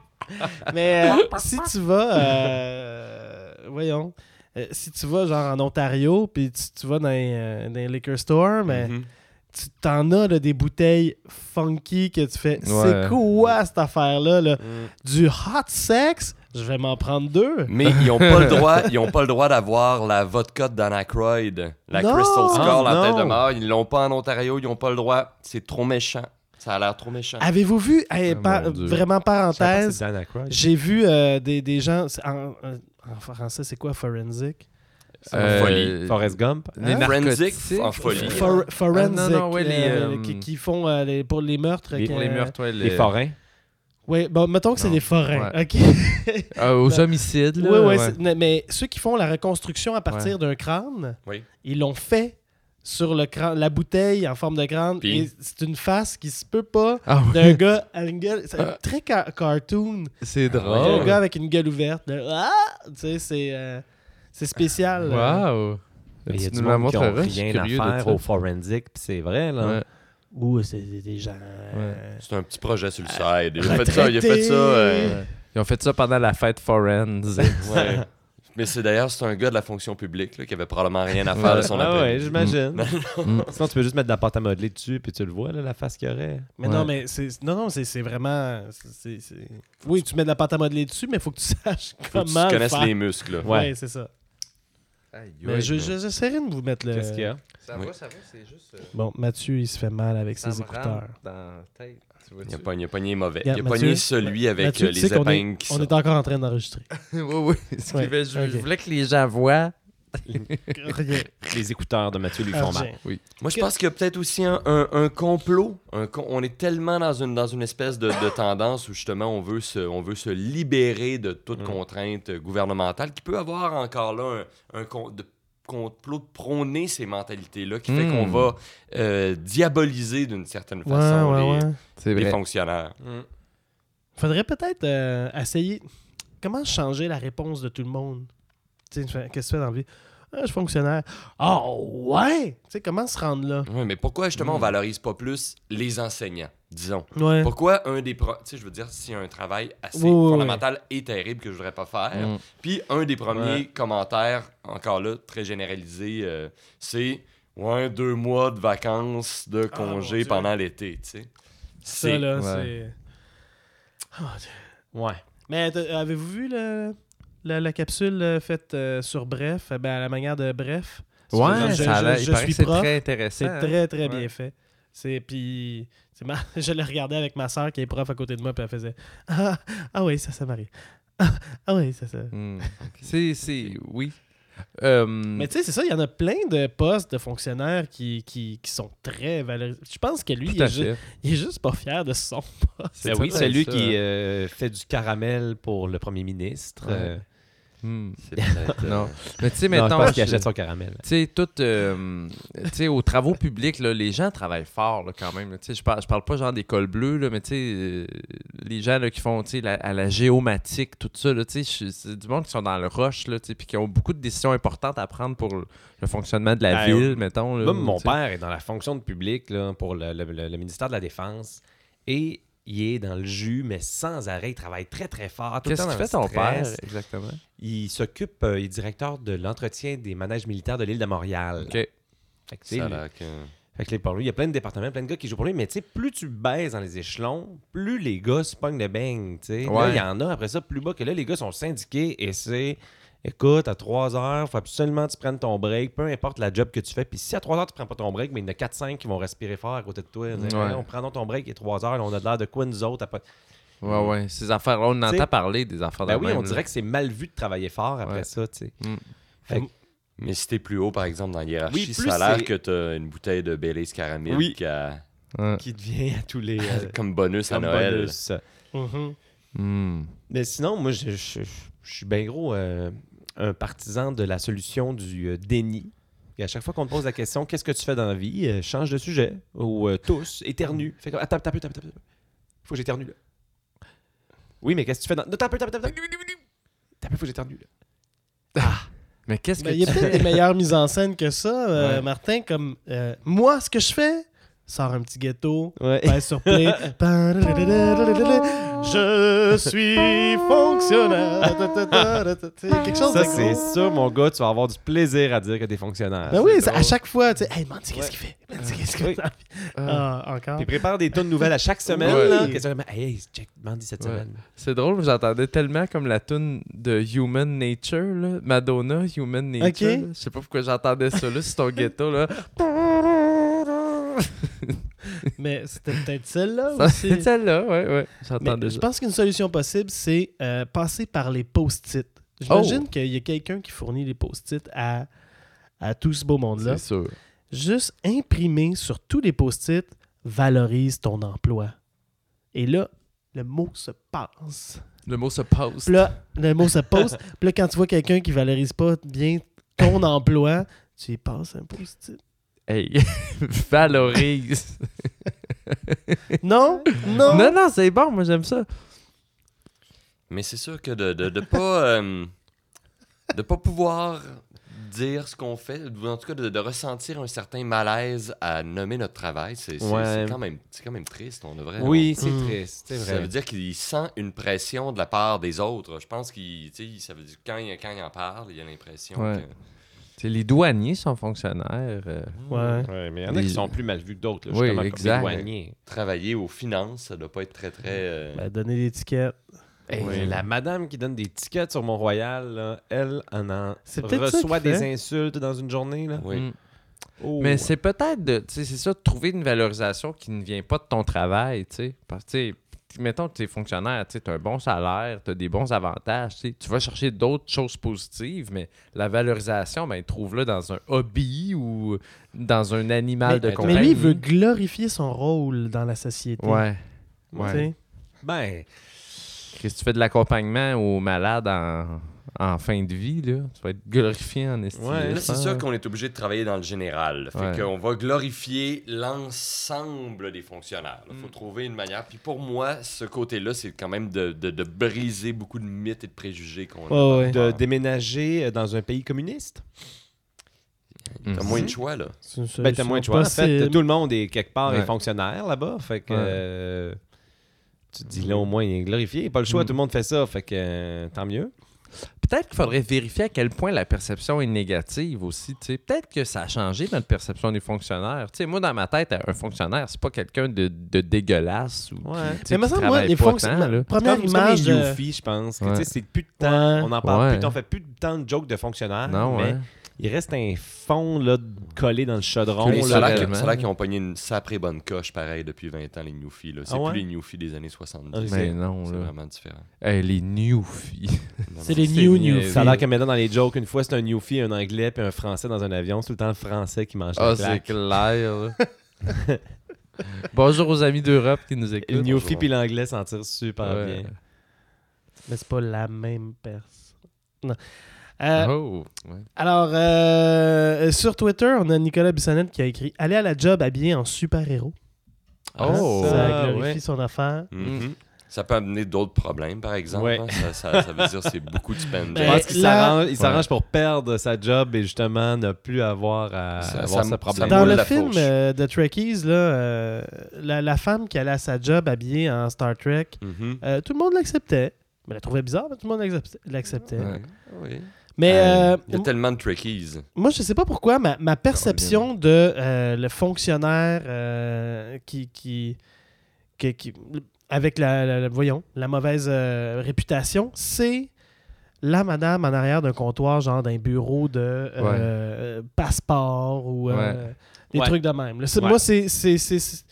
S2: mais euh, si tu vas. euh, voyons. euh, si tu vas genre en Ontario, puis tu, tu vas dans les, euh, dans les liquor stores, mais.
S4: Mhm.
S2: tu t'en as là, des bouteilles funky que tu fais.
S5: Ouais.
S2: C'est quoi cette affaire-là? là?
S3: Mm.
S2: Du hot sex? Je vais m'en prendre deux.
S4: Mais ils n'ont pas le droit, ils ont pas le droit d'avoir la vodka d'Anacroyd, la
S2: Non!
S4: Crystal Skull
S3: Ah,
S4: en tête de
S3: non!
S4: mort. Ils l'ont pas en Ontario, ils n'ont pas le droit. C'est trop méchant. Ça a l'air trop méchant.
S2: Avez-vous vu, eh,
S5: Ah,
S2: par-
S5: mon Dieu.
S2: vraiment
S3: Je savais pas que
S2: parenthèse,
S3: c'était Dan Aykroyd.
S2: j'ai vu euh, des, des gens, c'est- en, en- en français c'est quoi forensic?
S5: Euh,
S4: folie.
S3: Forrest Gump.
S5: Les
S2: Hein?
S5: narcotiques.
S4: Forensic en folie.
S2: For- forensic,
S5: Ah, non, non, ouais, les,
S2: euh,
S5: euh,
S2: qui, qui font euh, les- pour les meurtres.
S3: Les-
S2: que-
S5: Pour les meurtres, ouais,
S3: Les forains.
S2: Oui, bon, mettons que c'est
S5: Non.
S2: des forains.
S5: Ouais.
S2: OK.
S5: Euh, aux homicides, là.
S2: Oui, oui,
S5: ouais.
S2: c'est- mais- mais ceux qui font la reconstruction à partir d'un crâne,
S4: Oui.
S2: ils l'ont fait sur le crâne, la bouteille en forme de crâne.
S4: Puis?
S2: Et c'est une face qui se peut pas
S5: Ah oui,
S2: d'un gars à une gueule. C'est très ca- cartoon.
S5: c'est
S4: Ah. ouais.
S5: drôle.
S2: Un gars avec une gueule ouverte. de Ah! Tu sais, c'est. euh, c'est spécial. euh.
S5: Wow.
S3: Il y a
S5: Tu
S3: du
S5: nous la
S3: monde qui
S5: montreras,
S3: ont
S5: je suis
S3: rien à
S5: curieux de
S3: faire
S5: ça.
S3: au forensic, puis c'est vrai. là.
S5: Ouais.
S2: Ou c'est des des gens. euh,
S4: C'est un petit projet sur le side. Il a fait ça, il a fait ça. euh,
S5: Ils ont fait ça pendant la fête forense.
S4: ouais. Mais c'est d'ailleurs, c'est un gars de la fonction publique là, qui avait probablement rien à faire de son
S3: Ah
S4: appel.
S3: ouais, j'imagine.
S5: Mm.
S3: Sinon, tu peux juste mettre de la pâte à modeler dessus, puis tu le vois, là, la face qu'il y aurait.
S2: Mais
S5: Ouais.
S2: non, mais c'est. Non, non, c'est c'est vraiment. c'est- c'est- Oui, tu mets de la pâte à modeler dessus, mais il faut que tu saches
S4: Faut
S2: comment.
S4: que tu
S2: le
S4: connaisses
S2: faire.
S4: les muscles. là.
S2: Ouais, c'est ça. Mais je- je- j'essaierai de vous mettre le.
S3: Qu'est-ce qu'il y a?
S5: Ça
S4: va,
S5: ça va, c'est juste... euh,
S2: Bon, Mathieu, il se fait mal avec ses écouteurs.
S5: dans la tête, tu vois
S4: Il a pogné, il a pogné mauvais.
S2: Regarde,
S4: il a pogné
S2: Mathieu,
S4: celui avec
S2: Mathieu,
S4: euh,
S2: tu
S4: les
S2: sais qu'on
S4: épingles qui
S2: On
S4: sont-
S2: est encore en train d'enregistrer.
S5: oui, oui. Ce qui
S2: Ouais,
S5: fait- je, je
S2: ok.
S5: voulais que les gens voient
S2: Rien.
S3: Les écouteurs de Mathieu lui
S5: Ah,
S3: font mal.
S2: Argent.
S4: Moi, je pense qu'il y a peut-être aussi un, un- un complot. Un con- on est tellement dans une, dans une espèce de, de tendance où justement on veut se, on veut se libérer de toute
S3: Mm.
S4: contrainte gouvernementale qui peut avoir encore là un, un con- de- complot de prôner ces mentalités-là qui fait
S5: Mm.
S4: qu'on va euh, diaboliser d'une certaine
S2: Ouais,
S4: façon
S2: ouais,
S4: les,
S2: ouais.
S5: C'est
S4: les
S5: vrai.
S4: fonctionnaires.
S3: Mm.
S2: Faudrait peut-être euh, essayer. Comment changer la réponse de tout le monde? Tu sais, tu fais- qu'est-ce que tu fais dans la vie? Ah, je suis fonctionnaire. Oh, ouais! Tu sais, comment se rendre là?
S4: Ouais, mais pourquoi justement
S5: Mm.
S4: on valorise pas plus les enseignants, disons?
S2: Ouais.
S4: Pourquoi un des... pro- Tu sais, je veux dire, s'il y a un travail assez
S2: Hein? Oui, oui,
S4: fondamental et terrible que je voudrais pas faire,
S5: Mm.
S4: Puis un des premiers
S3: Ouais.
S4: commentaires, encore là, très généralisé, euh, c'est Ouais, deux mois de vacances de
S2: Ah, mon
S4: congé
S2: Dieu.
S4: pendant l'été, tu sais.
S2: Ça,
S4: C'est
S2: là,
S5: ouais.
S2: c'est. Oh, Dieu.
S3: Ouais.
S2: Mais t- avez-vous vu le- la, la capsule euh, faite euh, sur Bref, euh, ben, à la manière de Bref?
S5: Ouais,
S2: Je-
S5: ça a
S2: je-
S5: l'air-
S2: je
S5: il paraît
S2: suis
S5: que c'est
S2: prof,
S5: très intéressant.
S2: C'est
S5: hein.
S2: très, très bien
S5: Ouais.
S2: fait. C'est puis c'est mar- je le regardais avec ma soeur qui est prof à côté de moi puis elle faisait ah, ah oui ça ça m'arrive ah, ah oui ça ça
S5: Mm. C'est, c'est, oui. Euh,
S2: mais tu sais c'est ça il y en a plein de postes de fonctionnaires qui, qui, qui sont très valorisés je pense que lui
S5: tout
S2: il est,
S5: à
S2: ju-
S5: fait.
S2: il est juste pas fier de son
S5: C'est
S3: Ben oui,
S5: tout à
S3: celui
S5: fait ça.
S3: qui euh, fait du caramel pour le premier ministre.
S5: Ouais.
S3: euh,
S5: Mm.
S4: c'est peut-être, euh,
S5: Non. Mais tu sais,
S3: non, je
S5: mettons,
S3: pense qu'il
S5: je-
S3: achète son caramel.
S5: tu sais, tout, euh, tu sais, aux travaux publics, là, les gens travaillent fort là, quand même. là. Tu sais, je parle, je parle pas genre des cols bleus, là, mais tu sais, euh, les gens là, qui font tu sais, la- à la géomatique, tout ça, là, tu sais, je- c'est du monde qui sont dans le rush, là, tu sais, puis qui ont beaucoup de décisions importantes à prendre pour le le fonctionnement de
S3: Ben,
S5: la ville, mettons. là,
S3: Même
S5: ou,
S3: mon
S5: tu sais.
S3: père est dans la fonction de public là, pour le, le- le- le ministère de la Défense et il est dans le jus, mais sans arrêt. Il travaille très, très fort. tout le
S5: Qu'est-ce
S3: temps
S5: qu'il
S3: dans le
S5: fait ton père,
S3: stress.
S5: exactement?
S3: Il s'occupe, euh, il est directeur de l'entretien des manèges militaires de l'île de Montréal.
S5: OK.
S3: Fait que, tu sais,
S4: ça a
S3: lui-
S4: l'air que-
S3: Fait que là, pour lui, il y a plein de départements, plein de gars qui jouent pour lui, mais tu sais, plus tu baisses dans les échelons, plus les gars se pognent de bang, tu sais. Là,
S5: Ouais.
S3: il y en a après ça plus bas que là, les gars sont syndiqués et c'est écoute, à 3 heures, faut absolument que tu prennes ton break, peu importe la job que tu fais. Puis si à 3 heures tu prends pas ton break, mais il y en a 4-5 qui vont respirer fort à côté de toi. Dire,
S5: Ouais.
S3: Hey, on prend donc ton break et 3 heures, là, on a de l'air de quoi nous autres à pas-
S5: Ouais, ouais. Ces affaires-là,
S3: Tu
S5: on
S3: sais-
S5: entend parler des affaires
S3: Ben
S5: de
S3: oui,
S5: même,
S3: on
S5: là.
S3: dirait que c'est mal vu de travailler fort après
S5: Ouais.
S3: ça, tu sais.
S4: Mais si t'es plus haut, par exemple, dans la hiérarchie,
S3: Oui, plus
S4: ça a
S3: c'est-
S4: l'air que t'as une bouteille de Baileys caramel
S3: Oui.
S4: qu'à-
S5: Ouais.
S3: Qui devient à tous les. euh,
S4: comme bonus
S3: comme
S4: à Noël.
S3: bonus.
S2: Mhm.
S5: Hmm.
S3: Mais sinon, moi, je, je- je suis bien gros euh, un partisan de la solution du euh, déni. Et à chaque fois qu'on te pose la question, qu'est-ce que tu fais dans la vie Euh, Change de sujet ou euh, tousse, éternue. Fait comme, attends, attends, attends, attends, attends. Faut que j'éternue, là. Oui, mais qu'est-ce que tu fais dans. Non, Attends, attends, attends, attends. Attends, faut que j'éternue, là.
S5: Mais qu'est-ce que
S2: Mais il y a
S5: tu-
S2: peut-être des meilleures mises en scène que ça euh,
S5: Ouais.
S2: Martin comme euh, moi ce que je fais sors un petit ghetto
S3: Ouais.
S2: Pèse sur play. Je suis fonctionnaire. Tu sais, Quelque chose
S3: Ben, Ça,
S2: de
S3: c'est
S2: gros.
S3: sûr, mon gars, tu vas avoir du plaisir à dire que t'es fonctionnaire.
S2: Ben oui,
S3: C'est
S2: c'est à
S3: drôle.
S2: chaque fois, tu sais, hey, man, tu sais qu'est-ce qu'il fait? Man, tu sais qu'est-ce qu'il fait?
S5: Ah.
S2: Ah, encore.
S3: Puis prépare des tonnes nouvelles à chaque semaine,
S5: Ouais.
S3: là. Question comme, hey, check, Mandy cette
S5: Ouais.
S3: semaine.
S5: C'est drôle, j'entendais tellement comme la tune de Human Nature, là. Madonna, Human Nature.
S2: Ok.
S5: là. Je sais pas pourquoi j'entendais ça, là, c'est ton ghetto, là.
S2: Mais c'était peut-être celle-là
S5: Ça,
S2: aussi.
S5: C'est celle-là, ouais, ouais.
S2: Mais
S5: J'entendais
S2: je
S5: ça.
S2: pense qu'une solution possible, c'est euh, passer par les post-it. J'imagine
S3: Oh!
S2: qu'il y a quelqu'un qui fournit les post-it à, à tout ce beau monde-là.
S5: C'est sûr.
S2: juste imprimer sur tous les post-it valorise ton emploi. Et là, le mot se passe.
S5: Le mot se passe.
S2: Puis là, le mot se pose. Puis là, quand tu vois quelqu'un qui valorise pas bien ton emploi, tu y passes un post-it.
S5: Hey, valorise.
S2: Non, non.
S5: non, non, c'est bon, moi j'aime ça.
S4: Mais c'est sûr que de, de, de pas euh, de pas pouvoir dire ce qu'on fait, ou en tout cas de, de ressentir un certain malaise à nommer notre travail, c'est c'est-
S3: Ouais.
S4: c'est quand même c'est quand même triste, on devrait.
S3: Oui, c'est
S2: Mm.
S3: triste,
S4: on-
S3: c'est
S4: ça
S3: vrai.
S4: veut dire qu'il sent une pression de la part des autres. Je pense qu'il, tu sais, ça veut dire quand il, quand il en parle, il a l'impression
S5: Ouais.
S4: que.
S5: Tu sais, les douaniers sont fonctionnaires. euh,
S2: Ouais.
S3: Ouais, mais il y en a qui
S5: Les-
S3: sont plus mal vus que d'autres, là,
S5: Oui,
S3: justement, comme
S5: exact.
S3: les douaniers.
S4: Travailler aux finances, ça doit pas être très très. euh,
S2: Ben, donner l'étiquette.
S3: Hey,
S5: Ouais.
S3: La madame qui donne des tickets sur Mont-Royal, là, elle en, en
S2: C'est peut-être ça
S3: reçoit
S2: qu'il
S3: des
S2: fait.
S3: insultes dans une journée. Là.
S4: oui.
S5: mm.
S3: Oh.
S5: Mais c'est peut-être de. Tu sais, c'est ça, de trouver une valorisation qui ne vient pas de ton travail, tu sais. Parce que, tu sais, que, mettons que tu es fonctionnaire, tu as un bon salaire, tu as des bons avantages, tu sais, tu vas chercher d'autres choses positives, mais la valorisation, ben, trouve-la dans un hobby ou dans un animal
S2: Mais-
S5: de
S3: mais
S5: compagnie.
S2: Mais lui, il veut glorifier son rôle dans la société.
S5: Ouais.
S2: Tu
S5: ouais.
S2: sais?
S3: Ben,
S5: Chris, tu fais de l'accompagnement aux malades en, en fin de vie, là. Tu vas être glorifié en estime.
S3: Ouais,
S4: Là, c'est sûr qu'on est obligé de travailler dans le général. Fait
S5: Ouais.
S4: qu'on va glorifier l'ensemble des fonctionnaires. Il faut trouver une manière. Puis pour moi, ce côté-là, c'est quand même de, de- de briser beaucoup de mythes et de préjugés qu'on a.
S2: Ouais, ouais.
S3: de déménager euh, dans un pays communiste.
S4: T'as moins de choix, là.
S2: C'est une
S3: Ben, t'as moins de
S2: solution
S3: choix. En fait,
S2: possible.
S3: tout le monde est quelque part est
S5: Ouais.
S3: fonctionnaire là-bas. Fait que.
S5: Ouais.
S3: euh, tu te dis là, au moins, il est glorifié. Pas le choix,
S5: Mm.
S3: tout le monde fait ça. Fait que euh, tant mieux.
S5: Peut-être qu'il faudrait vérifier à quel point la perception est négative aussi. tu sais. Peut-être que ça a changé notre perception des fonctionnaires. Tu sais, moi, dans ma tête, un fonctionnaire, c'est pas quelqu'un de, de dégueulasse. Ou,
S3: Ouais.
S5: qui, tu sais,
S2: Mais me
S5: qui
S2: semble, moi,
S5: travaille
S2: les
S5: pas tant,
S2: fonctionnaires.
S5: là.
S2: Première
S3: comme, c'est comme
S2: image.
S3: les
S2: de-
S3: Youfies, je pense. que,
S5: Ouais.
S3: tu sais, c'est plus de temps.
S2: Ouais.
S3: On en parle
S5: Ouais.
S3: plus. On fait plus de temps de jokes de fonctionnaires.
S5: Non,
S3: Ah,
S5: hein?
S3: mais
S5: ouais.
S3: Il reste un fond là, collé dans le chaudron.
S5: Tous
S4: Mais
S5: les
S3: là,
S4: ça a l'air
S5: salaires-
S3: de-
S4: que- ça a l'air qu'ils ont pogné une sacrée bonne coche, pareil, depuis 20 ans, les Newfies. là. C'est
S3: Ah ouais?
S4: plus les Newfies des années 70.
S3: Ah,
S5: Mais
S3: c'est-
S5: non,
S4: C'est
S5: là.
S4: vraiment différent.
S5: Hey, les newfies.
S4: Non,
S2: C'est
S4: non.
S2: les
S5: C'est
S2: new
S5: niaiseux.
S2: new.
S3: euh, Ça a l'air que maintenant dans les jokes, une fois c'est un newfie, un anglais puis un français dans un avion, c'est tout le temps le français qui mange
S5: Ah,
S3: la
S5: c'est
S3: claque.
S5: clair. là. Bonjour aux amis d'Europe qui nous
S3: Le
S5: écoutent.
S3: newfie puis l'anglais s'en tirent super
S5: Ouais.
S3: bien.
S2: Mais c'est pas la même personne. Non.
S4: Ah
S2: Euh,
S5: Oh, ouais.
S2: Alors, euh, sur Twitter, on a Nicolas Bissonnette qui a écrit Aller à la job habillé en super-héros. hein,
S5: Oh.
S2: ça
S3: Ah,
S2: glorifie
S3: ouais.
S2: son affaire.
S4: Mhm. Ça peut amener d'autres problèmes, par exemple.
S3: Ouais. euh,
S4: hein. Ça, ça- ça veut dire que c'est beaucoup de spending.
S3: Je
S2: Ben,
S3: pense qu'il
S2: là-
S3: s'arrange- il s'arrange pour perdre sa job et justement ne plus avoir à
S4: Ça-
S3: avoir
S4: ça-
S3: ce problème.
S4: ça
S2: Dans
S4: Amour
S2: le
S4: la
S2: film
S4: fourche.
S2: euh, de Trekkies, là, euh, la, la femme qui allait à sa job habillée en Star Trek,
S4: Mhm.
S2: euh, tout le monde l'acceptait. Mais la trouvait bizarre, mais tout le monde l'accept- l'acceptait.
S5: Ouais.
S4: Oui.
S2: Mais
S5: Euh,
S2: euh,
S4: Il y a tellement de trickies.
S2: Moi, je sais pas pourquoi, ma, ma perception de euh, le fonctionnaire euh, qui, qui, que- qui- avec la, la- la- voyons, la mauvaise euh, réputation, c'est la madame en arrière d'un comptoir, genre d'un bureau de euh, passeport ou euh, des
S3: Ouais.
S2: trucs de même. là. C'est-
S3: Ouais.
S2: Moi, c'est c'est- c'est- c'est-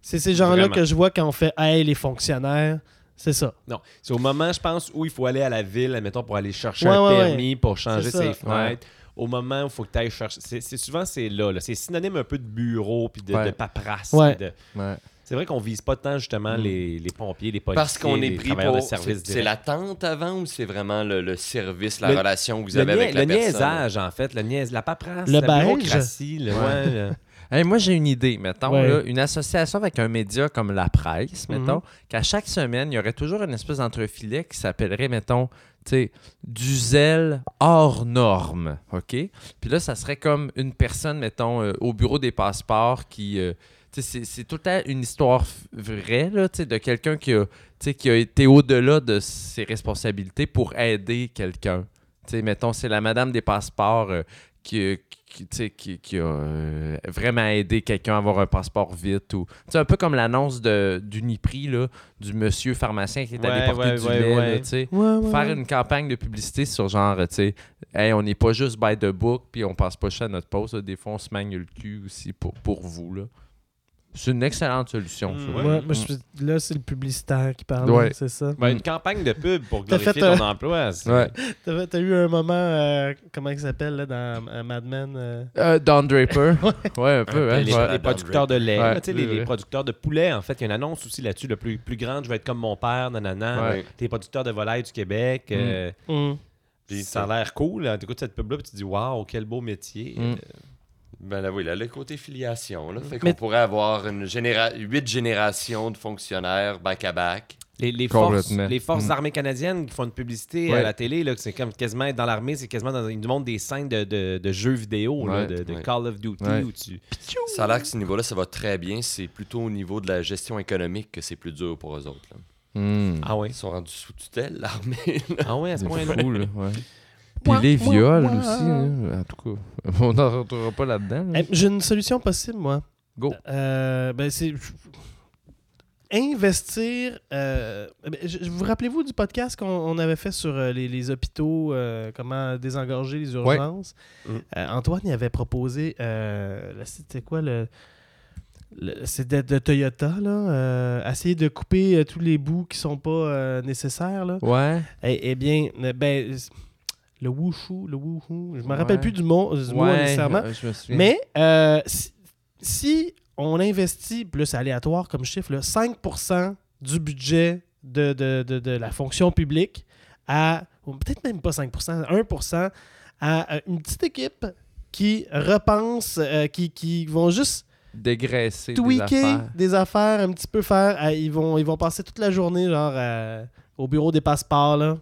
S2: c'est ces gens-là
S3: Vraiment.
S2: que je vois quand on fait Hey, les fonctionnaires, c'est ça.
S3: Non, c'est au moment, je pense, où il faut aller à la ville, admettons, pour aller chercher
S2: Ouais,
S3: un
S2: ouais,
S3: permis, pour changer
S2: C'est ça.
S3: ses fenêtres. Au moment où il faut que tu ailles chercher. C'est, c'est souvent, c'est là, là. C'est synonyme un peu de bureau puis de,
S5: Ouais.
S3: de paperasse.
S2: Ouais.
S3: puis de-
S5: Ouais.
S3: C'est vrai qu'on vise pas tant, justement,
S5: Mm.
S3: les, les pompiers, les policiers,
S4: Parce qu'on est
S3: les
S4: pris
S3: travailleurs
S4: pour.
S3: de service
S4: C'est c'est
S3: direct.
S4: l'attente avant ou c'est vraiment le, le service, la
S3: Le-
S4: relation que vous
S3: le,
S4: avez
S3: nia-
S4: avec la
S3: le
S4: personne?
S3: niaisage, en fait. Le niaise, la paperasse,
S2: Le
S3: la
S2: beige.
S3: bureaucratie. le- ouais, le-
S5: Hey, moi, j'ai une idée, mettons,
S2: Ouais.
S5: là, une association avec un média comme la presse,
S2: Mhm.
S5: mettons, qu'à chaque semaine, il y aurait toujours une espèce d'entrefilet qui s'appellerait, mettons, tu sais, du zèle hors norme, OK? Puis là, ça serait comme une personne, mettons, euh, au bureau des passeports qui... euh, tu sais, c'est c'est tout le temps une histoire f- vraie là, tu sais, de quelqu'un qui, a- tu sais, qui a été au-delà de ses responsabilités pour aider quelqu'un. Tu sais, mettons, c'est la madame des passeports euh, qui, qui, tu sais, qui- qui a euh, vraiment aidé quelqu'un à avoir un passeport vite. ou tu sais, Un peu comme l'annonce de- d'Uniprix, là, du monsieur pharmacien qui est
S3: Ouais,
S5: allé porter
S3: ouais,
S5: du
S3: ouais,
S5: lait. là,
S3: ouais.
S5: tu sais.
S2: Ouais, ouais,
S5: Faire
S2: ouais.
S5: une campagne de publicité sur genre, tu sais, hey, on n'est pas juste by the book, puis on passe pas chez à notre poste. là. Des fois, on se magne le cul aussi pour, pour vous. là. C'est une excellente solution. ça.
S3: Mm,
S2: Ouais,
S3: ouais.
S2: moi, je suis- là, c'est le publicitaire qui parle,
S5: Ouais.
S2: c'est ça.
S3: Ben, une campagne de pub pour
S2: T'as
S3: glorifier
S2: fait, euh,
S3: ton emploi. c'est-
S5: Ouais.
S2: T'as t'as eu un moment, euh, comment il s'appelle, là, dans euh, Mad Men euh,
S5: Euh, Don Draper. ouais, un peu.
S4: Un
S5: hein,
S3: Les,
S5: ouais.
S3: les producteurs de lait,
S5: Ouais,
S3: là, tu sais,
S5: c'est
S3: les, les
S5: vrai.
S3: producteurs de poulet, en fait, il y a une annonce aussi là-dessus, le plus, plus grande, je vais être comme mon père, nanana,
S5: Ouais.
S3: t'es producteur de volaille du Québec, euh, puis ça a l'air cool, là. t'écoutes cette pub-là, puis tu te dis « Waouh, quel beau métier
S5: Mm.
S4: Ben là, oui, là, le côté filiation. Là, fait qu'on
S2: Mais-
S4: pourrait avoir une généra- huit générations de fonctionnaires back-à-back.
S3: Les, les forces,
S5: Complètement.
S3: les forces
S5: Mm.
S3: armées canadiennes qui font une publicité à
S5: Ouais.
S3: la télé, là, que c'est comme quasiment être dans l'armée, c'est quasiment dans, ils nous montrent des scènes de, de- de jeux vidéo, là,
S5: Ouais.
S3: de, de
S4: Ouais.
S3: Call of Duty,
S5: Ouais.
S3: où tu...
S4: Ça a l'air que ce niveau-là, ça va très bien. C'est plutôt au niveau de la gestion économique que c'est plus dur pour eux autres. là.
S5: Mm.
S3: Ah ouais,
S4: Ils sont rendus sous tutelle, l'armée. là.
S3: ah ouais à ce
S5: C'est
S3: point-là.
S5: fou, là, ouais. Puis les viols aussi, hein, en tout cas. On n'en rentrera pas là-dedans. là.
S2: Eh, J'ai une solution possible, moi.
S5: Go.
S2: Euh, ben, c'est. Investir. euh, ben, je- je- vous rappelez-vous du podcast qu'on on avait fait sur euh, les, les hôpitaux, euh, comment désengorger les urgences
S3: Mm.
S2: Euh, Antoine y avait proposé. euh, là, C'était quoi le. le- c'est de, de Toyota, là. euh, essayer de couper euh, tous les bouts qui sont pas euh, nécessaires, là.
S5: Ouais.
S2: Eh, eh bien, euh, ben, s- le wushu, le wuhu, je me
S5: Ouais.
S2: rappelle plus du mot, du mot
S5: ouais,
S2: nécessairement.
S5: je me souviens.
S2: Mais euh, si, si on investit, plus aléatoire comme chiffre, là, 5% du budget de, de- de- de la fonction publique à, ou peut-être même pas 5%, 1% à euh, une petite équipe qui repense, euh, qui, qui vont juste
S5: dégraisser. des
S2: tweaker
S5: affaires.
S2: des affaires, un petit peu faire. euh, ils, vont, ils vont passer toute la journée, genre, euh, au bureau des passeports, là.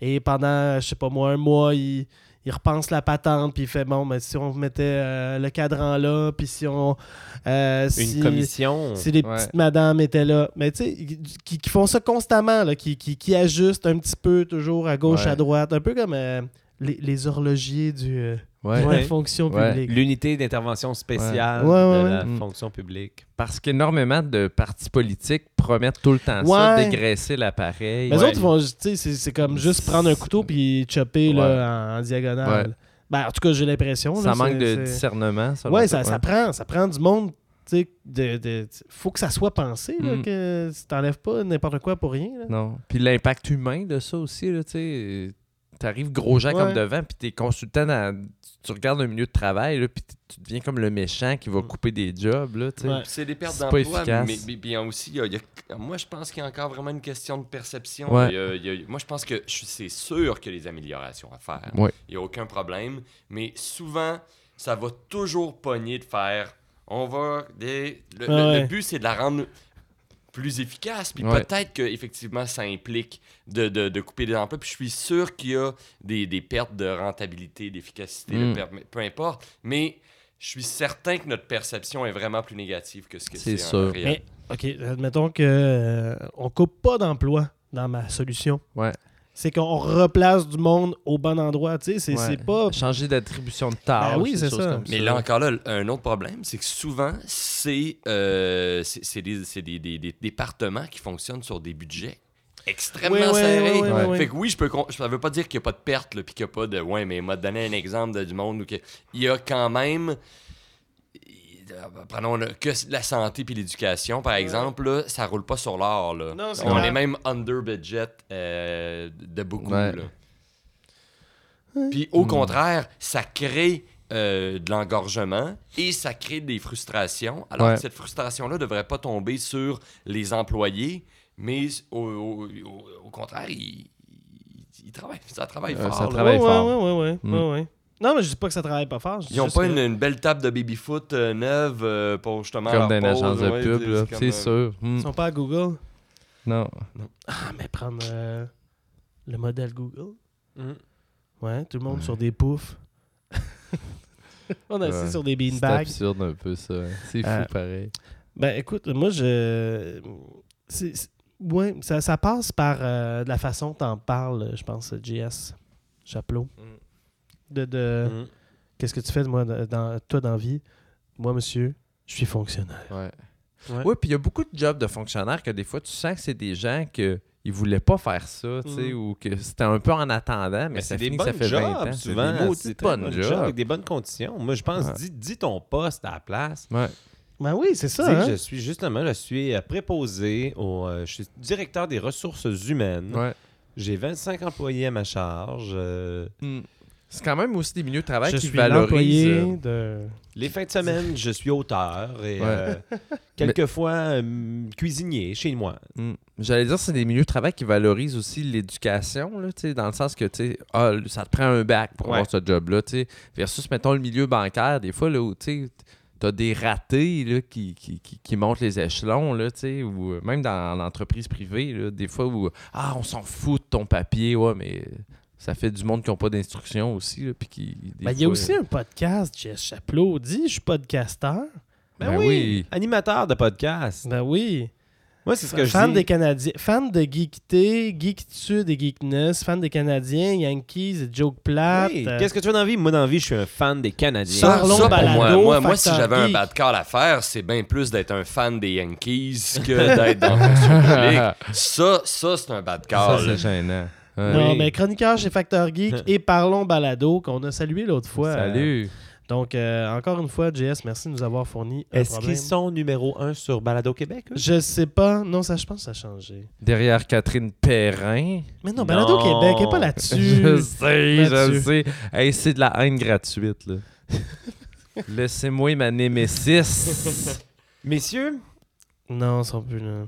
S2: Et pendant, euh, je sais pas moi, un mois, ils, ils repensent la patente, puis ils font, bon, mais si on mettait euh, le cadran là, puis si on. euh, si-
S3: Une commission.
S2: si les
S5: Ouais.
S2: petites madames étaient là. Mais tu sais, qui, qui font ça constamment, là, qui, qui, qui ajustent un petit peu, toujours à gauche,
S5: Ouais.
S2: à droite, un peu comme euh, les, les horlogiers du, euh,
S5: Ouais.
S2: de la
S3: Ouais.
S2: fonction
S5: Ouais.
S2: publique.
S3: L'unité d'intervention spéciale
S2: Ouais. Ouais, ouais,
S3: de
S2: ouais.
S3: la
S5: Mm.
S3: fonction publique.
S5: Parce qu'énormément de partis politiques promettent tout le temps ça,
S2: Ouais.
S5: dégraisser l'appareil.
S2: Les
S3: Ouais.
S2: autres, ils vont, ju- tu sais, c'est, c'est comme juste prendre un couteau puis chopper là, en, en diagonale.
S5: Ouais.
S2: Ben, en tout cas, j'ai l'impression.
S5: Ça
S2: là,
S5: manque
S2: c'est-
S5: de
S2: c'est-
S5: discernement. selon
S2: Ouais,
S5: toi.
S2: ça, ça prend, ça prend du monde. tu sais, De, de- faut que ça soit pensé, là,
S5: Mm.
S2: que t'enlèves pas n'importe quoi pour rien. là.
S5: Non. Puis l'impact humain de ça aussi, là, tu sais. T'arrives gros gens comme
S2: Ouais.
S5: devant, puis t'es consultant dans- Tu regardes un milieu de travail, là, puis t- tu deviens comme le méchant qui va couper des jobs, là, tu sais.
S2: Mm. Ouais.
S4: Puis C'est des pertes
S5: C'est pas
S4: d'emploi, mais,
S5: efficace.
S4: mais- mais aussi, il y a- il y a- moi, je pense qu'il y a encore vraiment une question de perception.
S5: Ouais.
S4: Il y a- il y a- moi, je pense que je- c'est sûr qu'il y a des améliorations à faire.
S5: Ouais.
S4: Il n'y a aucun problème. Mais souvent, ça va toujours pogner de faire. On va. Des, le, le-
S2: Ouais.
S4: le but, c'est de la rendre plus efficace. Puis
S5: Ouais.
S4: peut-être que effectivement ça implique de, de- de couper des emplois. Puis je suis sûr qu'il y a des, des pertes de rentabilité, d'efficacité, de
S5: Mm.
S4: per- peu importe. Mais je suis certain que notre perception est vraiment plus négative que ce que
S5: C'est
S4: c'est.
S5: sûr.
S4: En réel.
S2: Mais- OK, admettons que euh, on coupe pas d'emploi dans ma solution.
S5: Ouais.
S2: C'est qu'on replace du monde au bon endroit, tu sais, c'est,
S5: Ouais.
S2: c'est pas
S5: Changer d'attribution de tâches.
S2: Ben oui,
S5: des
S2: c'est
S5: choses
S2: ça.
S5: comme
S4: Mais là encore, là, un autre problème, c'est que souvent, c'est euh, c'est- c'est des, c'est des- des- des départements qui fonctionnent sur des budgets extrêmement
S2: Ouais, ouais,
S4: serrés.
S2: ouais, ouais, ouais, ouais.
S4: Fait que oui, je peux con- ça veut pas dire qu'il n'y a pas de perte, là, puis qu'il n'y a pas de. Ouais, mais m'a donné un exemple de- du monde où que- il y a quand même. il- euh, Prenons le- que la santé puis l'éducation, par exemple, là, ça roule pas sur l'or. là.
S2: Non, c'est
S4: On
S2: clair.
S4: est même under budget euh, de beaucoup.
S5: Ouais.
S4: là. Puis au contraire, ça crée euh, de l'engorgement et ça crée des frustrations. Alors
S5: Ouais.
S4: que cette frustration-là ne devrait pas tomber sur les employés, mais au, au- au- au contraire, ils, ils- ils travaillent, ça travaille
S5: Euh,
S4: fort.
S5: ça
S4: là.
S5: travaille. travail
S2: Ouais,
S5: fort.
S2: ouais, ouais, ouais,
S5: Mm.
S2: ouais, ouais. Non, mais je dis pas que ça travaille pas fort. je dis
S4: Ils n'ont
S2: juste
S4: pas
S2: que-
S4: une, une belle table de baby-foot euh, neuve euh, pour justement.
S5: Comme
S4: leur
S5: dans une
S4: pause,
S5: agence de
S4: ouais,
S5: pub,
S4: tu sais,
S5: là.
S4: comme,
S5: C'est
S4: euh,
S5: sûr. Hmm.
S2: Ils sont pas à Google.
S5: Non.
S2: Ah, mais prendre euh, le modèle Google.
S4: euh,
S3: Mm.
S2: Mmh, Ouais, tout le monde sur des poufs. on est assis
S5: Ouais.
S2: sur des
S5: C'est
S2: beanbags.
S5: absurde un peu, ça. C'est fou,
S2: Euh,
S5: pareil.
S2: Ben écoute, moi je. c'est- c'est- Ouais, ça, ça passe par euh, de la façon que t'en parles, je pense, JS Chapelot. De, de-
S5: Euh,
S3: Mm.
S2: Qu'est-ce que tu fais, moi, de- dans, toi, dans vie Moi, monsieur, je suis fonctionnaire.
S5: Ouais.
S3: Ouais.
S5: Oui, puis il y a beaucoup de jobs de fonctionnaires que des fois, tu sens que c'est des gens que ils voulaient pas faire ça, tu
S2: Mhm.
S5: sais, ou que c'était un peu en attendant, mais,
S3: Mais
S5: ça
S3: c'est des
S5: finit
S3: bonnes
S5: que ça fait
S3: jobs,
S5: 20 ans.
S3: souvent.
S5: c'est des maudites
S3: c'est très
S5: bonnes
S3: bonnes
S5: jobs.
S3: avec des bonnes conditions. Moi, je pense,
S5: Ouais.
S3: dis, dis ton poste à la place.
S5: Ouais.
S2: Ben oui, c'est
S3: Dis
S2: ça.
S3: que
S2: hein?
S3: je suis justement, je suis euh, préposé au, euh, je suis directeur des ressources humaines.
S5: Ouais.
S3: J'ai 25 employés à ma charge. euh,
S5: Hmm. C'est quand même aussi des milieux de travail
S2: Je
S5: qui
S2: suis
S5: valorisent.
S2: l'employé
S5: euh,
S2: de.
S3: les fins de semaine, je suis auteur et
S5: Ouais.
S3: euh, quelquefois euh, cuisinier chez moi.
S5: hmm. J'allais dire, c'est des milieux de travail qui valorisent aussi l'éducation, là, tu sais, dans le sens que tu sais, ah, ça te prend un bac pour
S3: Ouais.
S5: avoir ce job-là, tu sais, versus, mettons, le milieu bancaire, des fois, là, où tu sais, t'as des ratés là, qui, qui, qui- qui montent les échelons, là, tu sais, ou euh, même dans l'entreprise privée, là, des fois où Ah, on s'en fout de ton papier, ouais, mais ça fait du monde qui n'ont pas d'instruction aussi. là, puis qui, des
S2: Ben, il y a
S5: fois- euh,
S2: aussi un podcast, JS Chapelot dit Je suis podcasteur.
S5: Ben oui.
S3: Animateur de podcast.
S2: Ben oui.
S3: Moi, c'est ce que je
S2: fan
S3: dis.
S2: des Canadiens, fan de geekité, geekitude et geekness, fan des Canadiens, Yankees, et joke plate.
S3: Oui.
S2: euh,
S3: Qu'est-ce que tu veux dans la vie? Moi, dans la vie, je suis un fan des Canadiens.
S4: Ça,
S2: Parlons
S4: ça, pour
S2: balado,
S4: moi, moi, moi, si
S2: facteur
S4: j'avais un
S2: geek.
S4: bad call à faire, c'est bien plus d'être un fan des Yankees que d'être dans la fonction publique. Ça, ça c'est un bad
S5: Ça,
S4: call.
S5: c'est gênant. Ouais.
S2: Non,
S3: Oui.
S2: mais chroniqueur chez Facteur Geek et Parlons Balado qu'on a salué l'autre fois.
S5: Salut.
S2: Euh, Donc, euh, encore une fois, JS, merci de nous avoir fourni un
S3: Est-ce
S2: problème.
S3: qu'ils sont numéro 1 sur Balado Québec? eux?
S2: Je sais pas. Non, ça, je pense que ça a changé.
S5: Derrière Catherine Perrin.
S2: Mais non, Balado
S3: Non.
S2: Québec, elle est pas
S5: Je
S2: là-dessus.
S5: sais, je
S2: Là-dessus.
S5: sais. Hey, c'est de la haine gratuite, là. Laissez-moi ma némésis.
S3: Messieurs,
S2: non, ils sont plus là.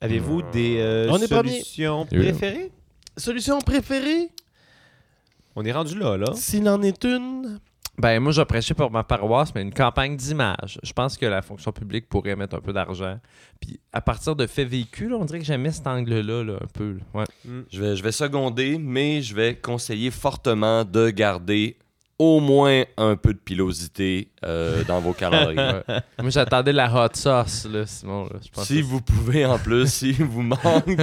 S3: avez-vous des euh,
S2: On est premier.
S3: solutions
S5: Oui.
S3: préférées?
S2: Solution préférée,
S3: On est rendu là, là.
S2: s'il en est une.
S5: ben, moi, je prêchais pour ma paroisse, mais une campagne d'image. Je pense que la fonction publique pourrait mettre un peu d'argent. Puis, à partir de faits vécus, là, on dirait que j'aimais cet angle-là, là, un peu. là. Ouais.
S4: Je vais, je vais seconder, mais je vais conseiller fortement de garder au moins un peu de pilosité euh, dans vos calendriers.
S5: Ouais. moi, j'attendais la hot sauce, là, Simon. là. Je pense
S4: Si
S5: que-
S4: vous pouvez en plus, si vous manque,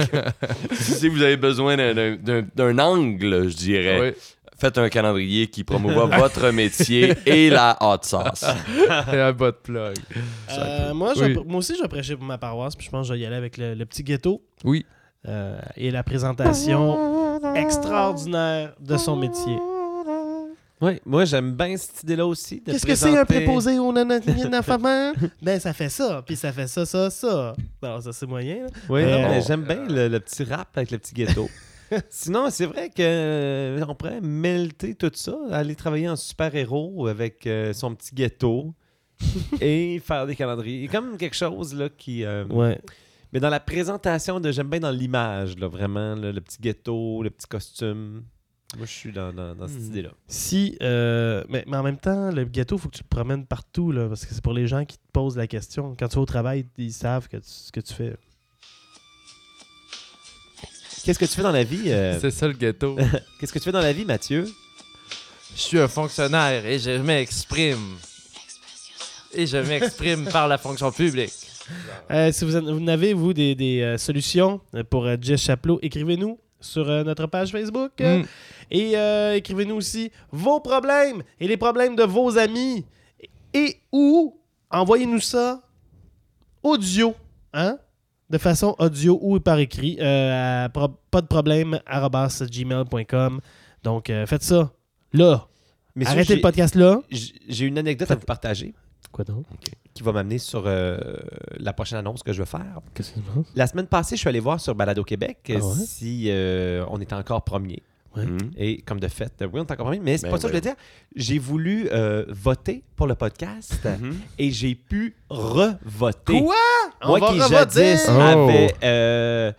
S4: si vous avez besoin d'un- d'un- d'un d'un angle, je dirais,
S5: Ouais.
S4: faites un calendrier qui promouvoit votre métier et la hot sauce.
S5: un bas de plug.
S2: Euh, moi, je-
S5: Oui.
S2: moi aussi, je vais prêcher pour ma paroisse, puis je pense que je vais y aller avec le, le petit ghetto
S5: Oui.
S2: euh, et la présentation extraordinaire de son métier.
S3: Oui, moi, j'aime bien cette idée-là aussi. de
S2: Qu'est-ce que c'est un
S3: présenter-
S2: préposé au nananafamant? ben, ça fait ça, puis ça fait ça, ça, ça. Non, ça, c'est moyen. là.
S3: Oui,
S2: Euh,
S3: non, mais
S2: on-
S3: j'aime bien le, le petit rap avec le petit ghetto. Sinon, c'est vrai que euh, on pourrait melter tout ça, aller travailler en super-héros avec euh, son petit ghetto et faire des calendriers. Il y a comme quelque chose là qui. euh,
S2: Ouais.
S3: Mais dans la présentation, de j'aime bien dans l'image, là, vraiment, là, le petit ghetto, le petit costume. Moi, je suis dans, dans- dans cette
S2: Mhm.
S3: idée-là.
S2: Si, euh, mais, mais en même temps, le gâteau, faut que tu le promènes partout, là, parce que c'est pour les gens qui te posent la question. Quand tu vas au travail, ils savent que tu- ce que tu fais.
S3: Qu'est-ce que tu fais dans la vie euh,
S5: C'est ça le ghetto.
S3: Qu'est-ce que tu fais dans la vie, Mathieu
S5: Je suis un fonctionnaire et je m'exprime. Et je m'exprime par la fonction publique.
S2: Euh, si vous, en- vous n'avez, vous, des, des, euh, solutions euh, pour euh, Jess Chaplot, écrivez-nous sur euh, notre page Facebook. euh,
S5: Mm.
S2: Et euh, écrivez-nous aussi vos problèmes et les problèmes de vos amis. Et ou envoyez-nous ça audio, hein? De façon audio ou par écrit euh, à pro- pas de problème arobase gmail.com. Donc euh, faites ça là.
S3: Messieurs,
S2: Arrêtez
S3: j'ai-
S2: le podcast là.
S3: J'ai j'ai une anecdote à vous partager
S2: Quoi donc?
S3: qui va m'amener sur euh, la prochaine annonce que je vais faire.
S2: Qu'est-ce que tu penses?
S3: La semaine passée, je suis allé voir sur Balado Québec
S2: Ah ouais?
S3: si euh, on était encore premier.
S4: Hmm.
S3: Et comme de fait, euh, oui, on est encore premier, mais c'est
S4: Ben
S3: pas ça que je veux
S4: voyons.
S3: dire. J'ai voulu euh, voter pour le podcast
S4: Mhm.
S3: et j'ai pu revoter.
S2: Quoi? On
S3: Moi
S2: va
S3: qui
S2: revoter!
S3: jadis
S5: Oh.
S3: avait, euh,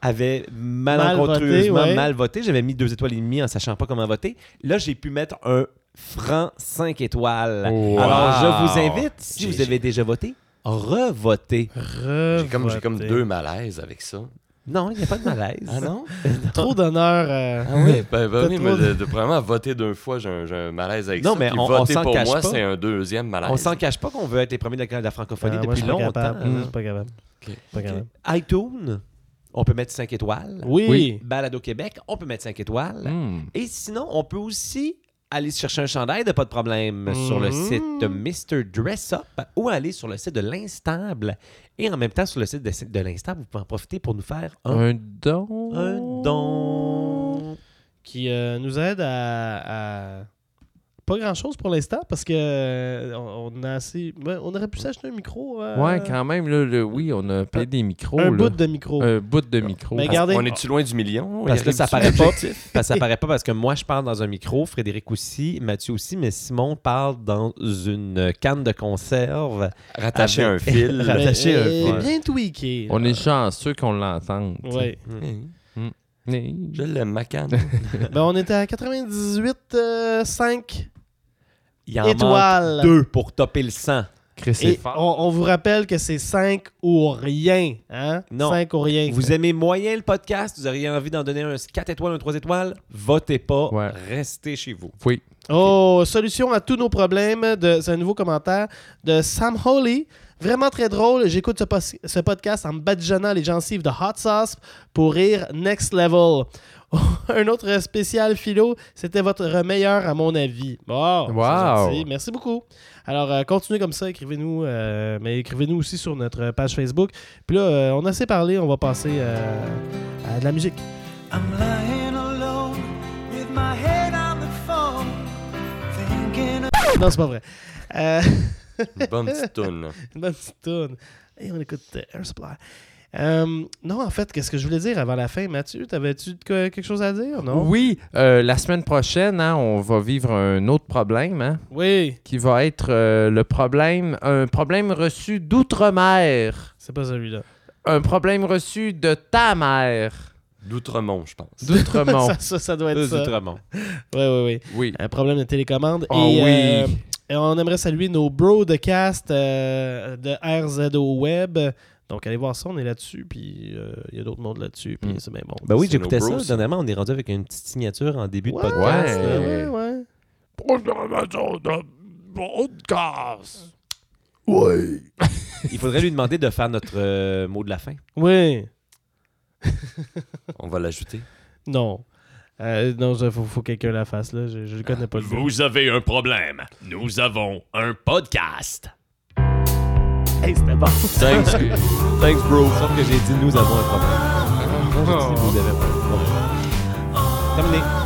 S3: avait malencontreusement
S2: voté, ouais.
S3: mal voté. J'avais mis deux étoiles et demie en sachant pas comment voter. Là, j'ai pu mettre un franc 5 étoiles.
S2: Oh,
S5: Wow.
S3: Alors, je vous invite, si
S4: J'ai-
S3: vous avez déjà voté, revotez.
S4: J'ai comme, j'ai comme
S2: Revoter.
S4: deux malaises avec ça.
S3: Non, il n'y a pas de malaise.
S4: Ah non?
S2: Trop d'honneur. euh,
S4: Ah oui, ben, ben
S2: T'as
S4: oui,
S2: trop
S4: mais
S2: de-
S4: de, de- premièrement, voter deux fois, j'ai un, j'ai un malaise avec
S3: Non,
S4: ça.
S3: mais
S4: puis
S3: on- on
S4: voter
S3: s'en
S4: pour
S3: cache
S4: moi,
S3: pas.
S4: c'est un deuxième malaise.
S3: On s'en cache pas qu'on veut être les premiers de la, de la francophonie
S2: Ah, moi,
S3: depuis
S2: je suis pas
S3: longtemps.
S2: capable.
S3: hein.
S2: Je suis pas capable.
S4: Ok.
S2: Pas capable.
S3: iTunes, on peut mettre 5 étoiles.
S2: Oui.
S5: Oui.
S3: Balado Québec, on peut mettre 5 étoiles.
S5: Hmm.
S3: Et sinon, on peut aussi aller chercher un chandail de pas de problème sur le
S2: Mhm.
S3: site de Mr. Dress Up ou aller sur le site de l'Instable. Et en même temps, sur le site de, de l'Instable, vous pouvez en profiter pour nous faire un,
S5: Un don.
S3: Ah. un don.
S2: Qui euh, nous aide à, à- Pas grand chose pour l'instant parce que euh, on on a assez. ouais, on aurait pu s'acheter un micro. euh,
S5: Ouais, quand même, là, le- oui, on a payé des micros.
S2: Un
S5: là. Euh,
S2: bout de micro.
S5: Un bout de micro.
S2: Mais
S4: Parce-
S2: Regardez.
S4: On est-tu loin du million?
S3: Parce
S4: Il
S3: que ça
S4: arrive-tu
S3: paraît pas. Parce que ça paraît pas parce que moi, je parle dans un micro, Frédéric aussi, Mathieu aussi, mais Simon parle dans une canne de conserve.
S4: Rattacher un
S3: Avec-
S4: fil.
S3: Rattacher un
S2: Et
S3: fil.
S2: Ben, bien tweaké.
S5: On est chanceux qu'on l'entende. tu sais.
S2: Ouais.
S4: Hey,
S5: Mais-
S4: Je l'aime, ma canne.
S2: ben, on était à 98, euh, 5
S3: Il en manque
S2: étoiles.
S3: deux pour topper le 100.
S5: Chris
S2: Et
S5: est
S2: on,
S5: fort.
S2: on vous rappelle que c'est 5 ou rien. Hein?
S3: Non.
S2: 5 ou rien.
S3: Vous aimez moyen le podcast, vous auriez envie d'en donner un 4 étoiles, un 3 étoiles, votez pas,
S5: Ouais.
S3: restez chez vous.
S5: Oui.
S2: Oh, solution à tous nos problèmes. de- C'est un nouveau commentaire de Sam Holly. Vraiment très drôle. J'écoute ce, pos- ce podcast en me badigeonnant les gencives de Hot Sauce pour rire next level. un autre spécial philo, c'était votre meilleur à mon avis. Bon, c'est
S5: Wow.
S2: gentil. merci beaucoup. Alors, euh, continuez comme ça, écrivez-nous, euh, mais écrivez-nous aussi sur notre page Facebook. Puis là, euh, on a assez parlé, on va passer euh, à de la musique.
S6: I'm lying alone with my head on the phone, thinking. Of-
S2: Non, c'est pas vrai. Euh,
S4: Une bonne petite toune. là.
S2: une bonne petite toune. Et on écoute euh, Air Supply. Euh, non, en fait, qu'est-ce que je voulais dire avant la fin, Mathieu? T'avais-tu de quoi- quelque chose à dire? Non?
S5: Oui, euh, la semaine prochaine, hein, on va vivre un autre problème, hein,
S2: Oui,
S5: qui va être euh, le problème, un problème reçu d'outre-mer,
S2: c'est pas celui-là.
S5: un problème reçu de ta mère,
S4: D'outremont, je pense.
S5: d'outre-mont.
S2: Ça, ça, ça doit être
S3: Deux
S2: ça.
S3: Outremont.
S2: Oui, oui, oui.
S5: oui.
S2: Un problème de télécommande.
S5: Oh
S2: et, euh,
S5: oui.
S2: et on aimerait saluer nos bros de cast euh, de RZO Web. Donc, allez voir ça, on est là-dessus. Puis euh, il y a d'autres mondes là-dessus. Puis
S5: Mm.
S2: c'est bien bon.
S3: Ben oui,
S4: C'est
S3: j'écoutais
S4: nos
S3: ça.
S4: bros, ça.
S3: Dernièrement, on est rendu avec une petite signature en début
S2: Ouais.
S3: de podcast.
S5: Ouais.
S3: là.
S2: Ouais, ouais.
S1: Ouais.
S3: Il faudrait lui demander de faire notre euh, mot de la fin.
S2: Oui.
S4: On va l'ajouter.
S2: Non. Euh, non, il faut, faut que quelqu'un la fasse. Là. Je, je le connais pas le mot.
S6: avez un problème. Nous avons un podcast.
S2: Hey, c'était bon.
S4: Thanks,
S3: Thanks, bro. Sauf que j'ai dit nous avons un problème. J'ai dit, vous avez un problème. Bon. Terminé.